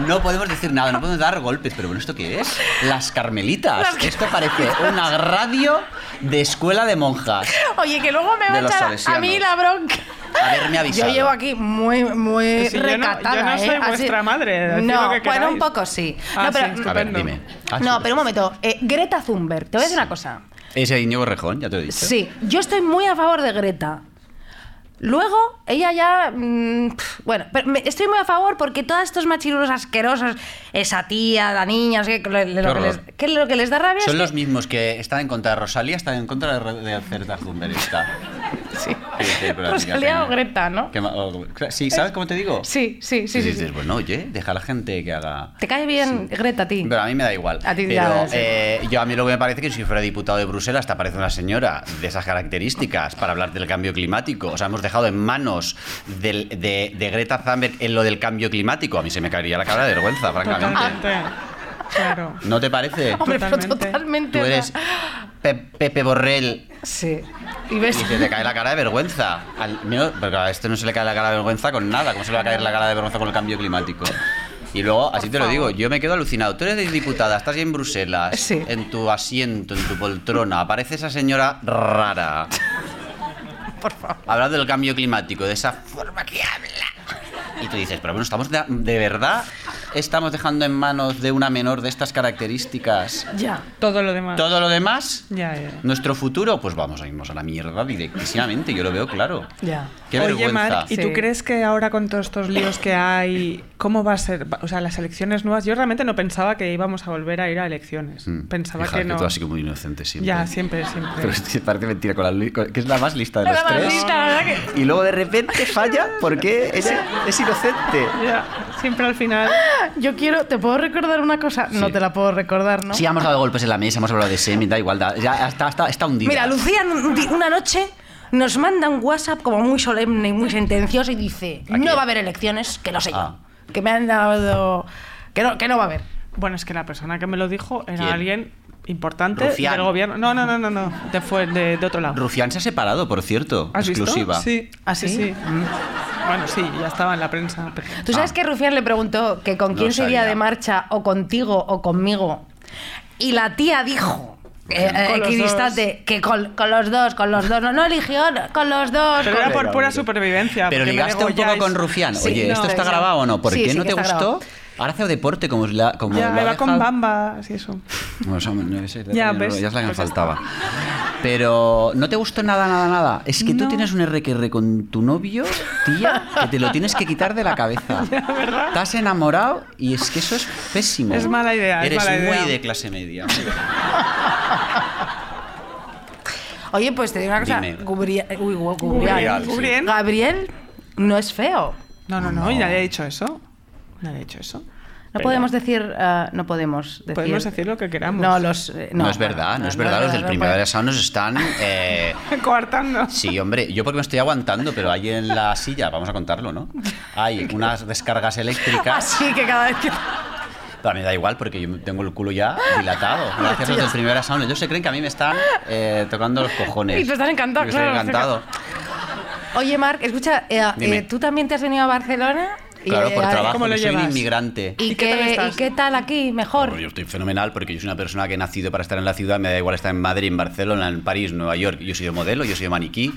H: No podemos decir nada, no podemos dar golpes, pero bueno, ¿esto qué es? Las carmelitas. Esto parece una radio de escuela de monjas.
C: Oye, que luego me va
H: De
C: a
H: los
C: echar a
H: salesianos.
C: mí la bronca.
H: Haberme avisado.
C: Yo llevo aquí muy, muy
D: Sí, yo no- yo no
C: Eh, recatada.
D: soy
C: ¿eh? Así-
D: vuestra madre, decid
C: No,
D: lo que
C: bueno,
D: queráis.
C: un poco sí.
D: Ah,
C: no, pero, mm,
D: sí,
H: A ver,
D: Estupendo.
H: dime. Ah,
C: no,
H: sí.
C: pero un momento. Eh, Greta Thunberg, te voy a decir una cosa.
H: Ese Íñigo Rejón, ya te lo he dicho.
C: Sí, yo estoy muy a favor de Greta. Luego, ella ya. mm, pf, bueno, pero me- estoy muy a favor porque todos estos machirulos asquerosos, esa tía, la niña, no sé qué, que le- le- lo,
H: Qué
C: que les,
H: horror.
C: que lo que les da rabia
H: Son
C: es.
H: los mismos que están en contra de Rosalía, están en contra de, Re- de Greta Thunberg, está.
C: Sí.
H: Sí, sí, pero
C: Rosalía
H: amigas,
C: o Greta, ¿no?
H: que ma- o- Sí, ¿sabes cómo te digo?
C: Sí, sí, sí.
H: Y
C: sí,
H: dices,
C: sí.
H: bueno, oye, deja a la gente que haga...
C: ¿Te cae bien Greta a ti?
H: Pero a mí me da igual.
C: A ti
H: pero,
C: ya, sí.
H: eh, yo a mí lo que me parece que si fuera diputado de Bruselas te aparece una señora de esas características para hablar del cambio climático. O sea, hemos dejado en manos del- de, de Greta Thunberg en lo del cambio climático. A mí se me caería la cara de vergüenza, francamente.
D: Totalmente.
C: Ah.
D: Claro.
H: ¿No te parece?
C: Hombre, pero
D: totalmente.
C: totalmente.
H: Tú
C: o sea,
H: eres Pe- Pepe Borrell
C: Sí. Y
H: y
C: ves.
H: se te cae la cara de vergüenza. Al, mío- pero a este no se le cae la cara de vergüenza con nada. ¿Cómo se le va a caer la cara de vergüenza con el cambio climático? Y luego, así te lo digo, yo me quedo alucinado. Tú eres diputada, estás ahí en Bruselas,
C: Sí.
H: en tu asiento, en tu poltrona. Aparece esa señora rara. Por favor. Hablando del cambio climático, de esa forma que habla. Y tú dices, pero bueno, estamos de, de verdad, estamos dejando en manos de una menor de estas características
C: Ya.
D: Todo lo demás.
H: todo lo demás.
D: Ya, ya.
H: Nuestro futuro, pues vamos a irnos a la mierda directísimamente, yo lo veo claro.
C: Ya.
H: Qué
D: Oye,
H: vergüenza.
D: Marc, ¿y
C: Sí.
D: tú crees que ahora con todos estos líos que hay, cómo va a ser? O sea, las elecciones nuevas, yo realmente no pensaba que íbamos a volver a ir a elecciones.
H: Mm.
D: Pensaba
H: Fíjate
D: que no.
H: tú has sido muy inocente siempre.
D: ya, siempre, siempre.
H: Pero es que parece mentira, con la, li- con- que es la más lista de los
C: La
H: tres.
C: maldita, la verdad que-
H: Y luego de repente falla porque ella es inocente.
D: Ya, siempre al final.
C: Ah, Yo quiero. ¿Te puedo recordar una cosa? No
H: Sí.
C: te la puedo recordar, ¿no?
H: Sí, hemos dado golpes en la mesa, hemos hablado de semi, da igual, da- ya está, está, está hundida.
C: Mira, Lucía un di- una noche nos manda un WhatsApp como muy solemne y muy sentencioso y dice,
H: ¿A quién?
C: no va a haber elecciones, que lo sé
H: Ah.
C: yo. Que me han dado... Que no, que no va a haber.
D: Bueno, es que la persona que me lo dijo era
H: ¿Quién?
D: alguien importante
H: Rufián.
D: del gobierno. No, no, no, no, no. De, fue, de, de otro lado.
H: Rufián se ha separado, por cierto.
D: ¿Has visto?
H: exclusiva.
D: Sí.
C: ¿Ah,
D: Sí,
C: sí?
D: sí. Mm. Bueno, sí, ya estaba en la prensa. pero-
C: ¿Tú sabes que Rufián le preguntó que con
H: Ah. No
C: quién se iría
H: sabía.
C: de marcha o contigo o conmigo? Y la tía dijo... eh, eh,
D: Con los
C: equidistante, que con, con los dos, con los dos, no, no eligió, no, con los dos.
D: Pero
C: con-
D: era por
H: Venga,
D: pura
H: hombre.
D: supervivencia. porque
H: Pero
D: me
H: ligaste un poco
D: degolláis.
H: con Rufián.
C: Sí,
H: Oye,
C: no,
H: ¿esto está
C: sí.
H: grabado o no? ¿Por
C: Sí,
H: qué
C: sí
H: no
C: que
H: te
C: está
H: gustó?
C: grabado.
H: Ahora hace deporte, como la. Como
D: Ya,
H: lo ha
D: iba con
H: dejado.
D: bambas y eso.
H: No, eso, no, ese detalle
D: Ya,
H: no
D: ves.
H: lo- ya es la que me
D: Pues ya
H: faltaba. Pero no te gustó nada, nada, nada. Es que tú
D: No.
H: tienes un RQR con tu novio, tía, que te lo tienes que quitar de la cabeza.
D: ¿verdad?
H: Estás enamorado y es que eso es pésimo.
D: Es mala idea, es
H: Eres
D: mala
H: muy
D: idea.
H: de clase media.
C: Oye, pues te digo una cosa.
H: Dime.
C: Gubria- uy, gu- Gubrial.
H: Gabriel, sí.
D: Gabriel.
C: Gabriel no es feo.
D: No, no,
H: No.
D: no, y nadie ha dicho eso. Nadie ha dicho eso.
C: No podemos decir, eh, no podemos decir.
D: Podemos decir lo que queramos.
C: No, los, eh,
H: No, es verdad, no, es verdad. Los del
C: no
H: Primavera
C: puede-
H: Sound nos están. eh,
D: Coartando.
H: Sí, hombre, yo porque me estoy aguantando, pero ahí en la silla, vamos a contarlo, ¿no? Hay unas descargas eléctricas.
C: Así pues, que cada vez que.
H: Pero a mí me da igual porque yo tengo el culo ya dilatado. Gracias a los del Primavera Sound. Ellos se creen que a mí me están eh, tocando los cojones.
C: Y tú estás encantado,
H: Yo
C: claro,
H: Estoy encantado.
C: Oye, Marc, escucha, eh, eh,
H: Dime.
C: tú también te has venido a Barcelona. Y,
H: Claro,
C: eh,
H: por
C: a-
H: trabajo,
D: ¿cómo lo
H: que soy un
D: llevas?
H: inmigrante.
C: ¿Y,
D: ¿Y qué tal
C: qué,
D: estás?
C: ¿Y qué tal aquí?
H: Bueno,
C: Mejor.
H: yo estoy fenomenal porque yo soy una persona que he nacido para estar en la ciudad, me da igual estar en Madrid, en Barcelona, en París, Nueva York. Yo he sido modelo, yo he sido maniquí,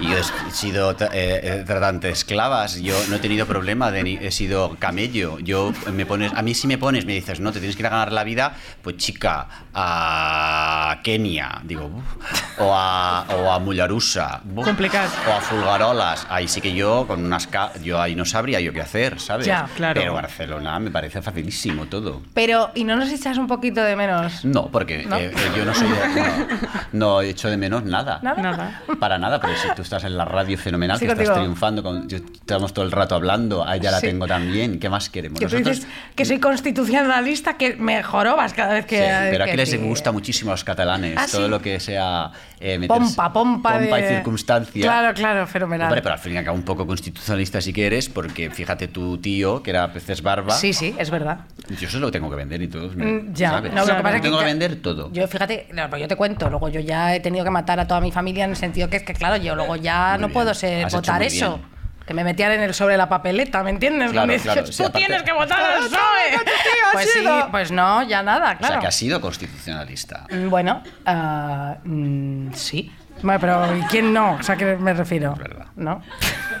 H: y yo he sido tra- eh, eh, tratante de esclavas, yo no he tenido problema, de ni- he sido camello. Yo me pones, a mí si me pones, me dices, no, te tienes que ir a ganar la vida, pues chica, a Kenia, digo, "Uf", o a, o a Mullarusa, "Buf",
D: Complicado.
H: o a Fulgarolas. Ahí sí que yo, con unas. ca- Yo ahí no sabría yo qué hacer, ¿sabes?
D: Ya, claro.
H: Pero Barcelona me parece facilísimo todo.
C: Pero, ¿y no nos echas un poquito de menos?
H: No, porque
C: ¿No?
H: eh, eh, yo no soy. de- no, no he hecho de menos nada.
C: Nada.
D: Nada.
H: Para nada, porque si tú estás en la radio fenomenal,
C: Sí,
H: que estás
C: contigo.
H: triunfando, con, yo- estamos todo el rato hablando, a ella la
C: Sí.
H: tengo también, ¿qué más queremos?
C: Que tú dices que soy constitucionalista, que me jorobas cada vez
H: Sí,
C: que.
H: pero aquí
C: que
H: les
C: sí.
H: gusta muchísimo a los catalanes,
C: Ah,
H: todo
C: sí.
H: lo que sea eh, meterse-
C: Pompa, pompa, de.
H: pompa y circunstancia.
C: Claro, claro, fenomenal.
H: Hombre, pero al fin y al cabo un poco constitucionalista sí que eres, porque fíjate tu tío, que era peces barba,
C: Sí, sí, es verdad.
H: yo eso lo tengo que vender y todos me,
C: Mm, Ya,
H: ¿sabes?
C: No, lo que pasa es que
H: tengo que
C: ya-
H: vender todo.
C: Yo, fíjate, no, pero yo te cuento, luego yo ya he tenido que matar a toda mi familia en el sentido que es que, claro, yo luego ya
H: Muy
C: no
H: bien.
C: puedo ser,
H: Has hecho
C: votar
H: muy
C: eso.
H: bien.
C: Que me metían en el sobre la papeleta, ¿me entiendes?
H: Claro,
C: Me dices,
H: claro, sí,
C: Tú
H: aparte- Ah,
C: tienes que votar al PSOE.
D: has
C: pues sí,
D: sido.
C: pues no, ya nada,
H: O sea,
C: claro.
H: que has sido constitucionalista.
C: Mm, Bueno, ah, mm, sí. Bueno, pero ¿y quién no? O sea, ¿a qué me refiero?
H: Es verdad.
C: ¿No?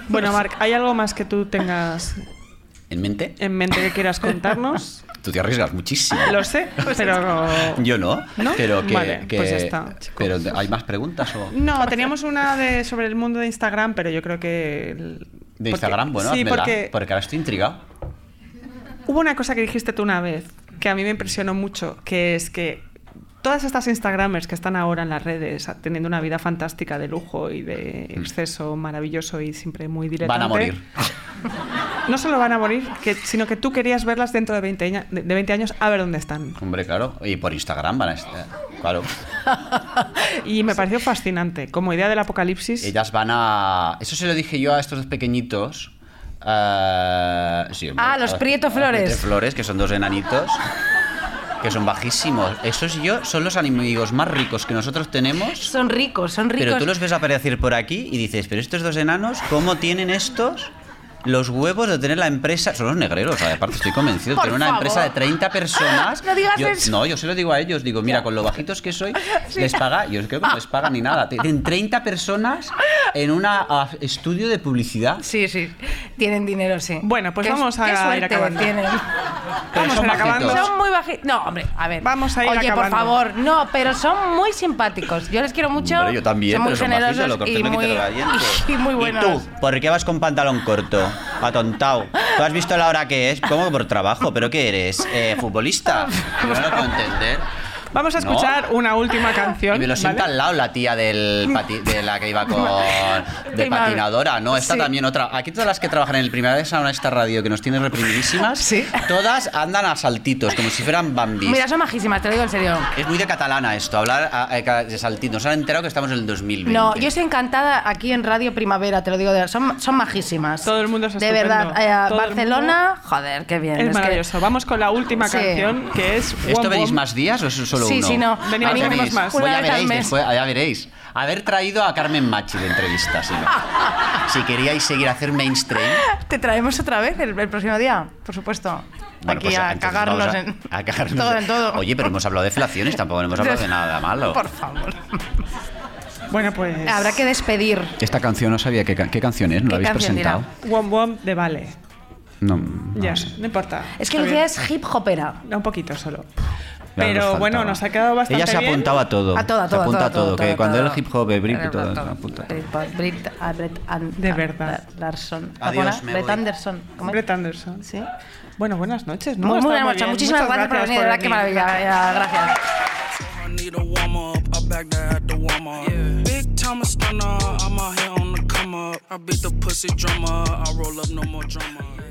D: Bueno, Marc, ¿hay algo más que tú tengas
H: ¿En mente?
D: en mente que quieras contarnos?
H: Tú te arriesgas muchísimo.
D: Lo sé, pero.
H: Yo no,
D: ¿No?
H: pero que,
D: Vale,
H: que-
D: pues ya está, chicos.
H: Pero ¿hay más preguntas o
D: No, teníamos una de, sobre el mundo de Instagram, pero yo creo que. el- porque-
H: de Instagram? Bueno,
D: sí,
H: házmela,
D: porque
H: porque ahora estoy intrigado.
D: hubo una cosa que dijiste tú una vez que a mí me impresionó mucho, que es que todas estas Instagramers que están ahora en las redes a- teniendo una vida fantástica de lujo y de exceso maravilloso y siempre muy directa.
H: Mm. Van a morir.
D: No solo van a morir, que, sino que tú querías verlas dentro de 20, aña- de 20 años a ver dónde están.
H: Hombre, claro. Y por Instagram van a estar. Claro.
D: Y me pareció fascinante, como idea del apocalipsis.
H: Ellas van a. Eso se lo dije yo a estos dos pequeñitos. Ah, sí, hombre,
C: Ah, los Prieto
H: los
C: Flores.
H: Prieto Flores, que son dos enanitos. Que son bajísimos. Esos y yo son los amigos más ricos que nosotros tenemos.
C: Son ricos, son ricos.
H: Pero tú los ves aparecer por aquí y dices, pero estos dos enanos, ¿cómo tienen estos los huevos de tener la empresa? Son los negreros, aparte estoy convencido.
C: Por
H: Tener una
C: favor.
H: empresa de 30 personas.
C: No digas
H: yo-
C: eso.
H: No, yo se lo digo a ellos. Digo, mira, con lo bajitos que soy, les paga. Yo creo que no les paga ni nada. Tienen 30 personas en un estudio de publicidad.
C: Sí, sí. Tienen dinero, sí.
D: Bueno, pues
C: Qué-
D: vamos a
C: qué
D: ir
C: suerte
D: acabando.
C: Tienen.
H: Pero
D: Vamos
H: son
D: a ir acabando.
H: bajitos.
C: Son muy bajitos. No, hombre, a ver.
D: Vamos a ir
C: Oye, por
D: acabando.
C: favor, no, pero son muy simpáticos. Yo les quiero mucho.
H: Hombre, yo también,
C: son muy
H: pero son
C: generosos
H: bajitos, lo corté,
C: y,
H: me quité
C: muy,
H: los dientes.
C: y muy buenos.
H: ¿Y tú? ¿Por qué vas con pantalón corto? Atontao. ¿Tú has visto la hora que es? ¿Cómo que por trabajo? ¿Pero qué eres? Eh, ¿Futbolista? Yo no lo puedo entender.
D: Vamos a
H: No.
D: escuchar una última canción.
H: Y me lo sienta
D: ¿vale?
H: al lado la tía del pati- de la que iba con de
C: Qué mal.
H: patinadora, ¿no? Esta
C: Sí.
H: también otra. Aquí todas las que trabajan en el primer de sauna esta radio que nos tiene reprimidísimas,
D: Sí.
H: todas andan a saltitos, como si fueran bambis.
C: Mira, son majísimas, te lo digo en serio.
H: es muy de catalana esto, hablar a- a- de saltitos. Nos han enterado que estamos en el 2020.
C: No, yo estoy encantada aquí en Radio Primavera, te lo digo de verdad. Son, son majísimas.
D: Todo el mundo es
C: De
D: estupendo.
C: verdad, eh,
D: Todo el
C: Barcelona, joder, qué bien.
D: Es
C: que-
D: maravilloso. Vamos con la última
C: Sí.
D: canción que es.
H: ¿Esto
D: Wom
H: venís
D: Wom.
H: más días o es solo
C: Sí,
H: uno?
C: sí, no.
D: Venimos,
H: Ah,
D: venimos
H: venís.
D: más.
H: Pues
C: Una
H: ya
C: vez al
H: veréis,
C: mes.
H: después, ya veréis. Haber traído a Carmen Machi de entrevista, si no. Si queríais seguir a hacer mainstream,
C: Te traemos otra vez el, el próximo día, por supuesto.
H: Bueno,
C: Aquí
H: pues,
C: a
H: entonces
C: cagarnos
H: vamos a-
C: en
H: a cagarnos
C: todo,
H: en-
C: en todo.
H: Oye, pero hemos hablado de felaciones, tampoco hemos hablado de nada malo.
C: Por favor.
D: Bueno, pues.
C: Habrá que despedir.
H: Esta canción no sabía qué, ca- qué canción es, ¿no
C: ¿Qué
H: la habéis
C: canción
H: presentado?
D: Wom Wom de Vale.
H: No, no
D: ya,
H: sé.
D: no importa.
C: Es que
D: Está
C: Lucía
D: bien.
C: es hip hopera.
D: Un poquito solo.
H: Ya nos
D: Pero
H: faltaba.
D: bueno, nos ha quedado bastante
H: Ella se
D: bien.
H: apuntaba a todo.
C: A toda, a
H: Se
C: toda,
H: apunta
C: toda,
H: a todo.
C: toda,
H: que
C: toda,
H: cuando
C: toda.
H: era el hip hop, el brip y todo.
C: Todo.
H: se apunta a todo.
C: Brit- Brit- ah, Brit- and-
D: De
C: ah,
D: verdad.
C: Lar- Larson.
H: Adiós,
C: ¿Cómo era?
H: me
C: Bret
H: voy.
C: Anderson. ¿Cómo es?
D: Brett Anderson.
C: Sí.
D: Bueno, buenas noches. ¿no?
C: Muy,
D: Ha
C: muy
D: estado
C: buena noche.
D: bien.
C: Muchísimas
D: Muchas
C: gracias por venir, de verdad, qué maravilla. ya, Gracias.
I: I need a warm up. I back there at the warm up. Big time a stunner. I'm out here on the come up. I beat the pussy drummer. I roll up no more drama.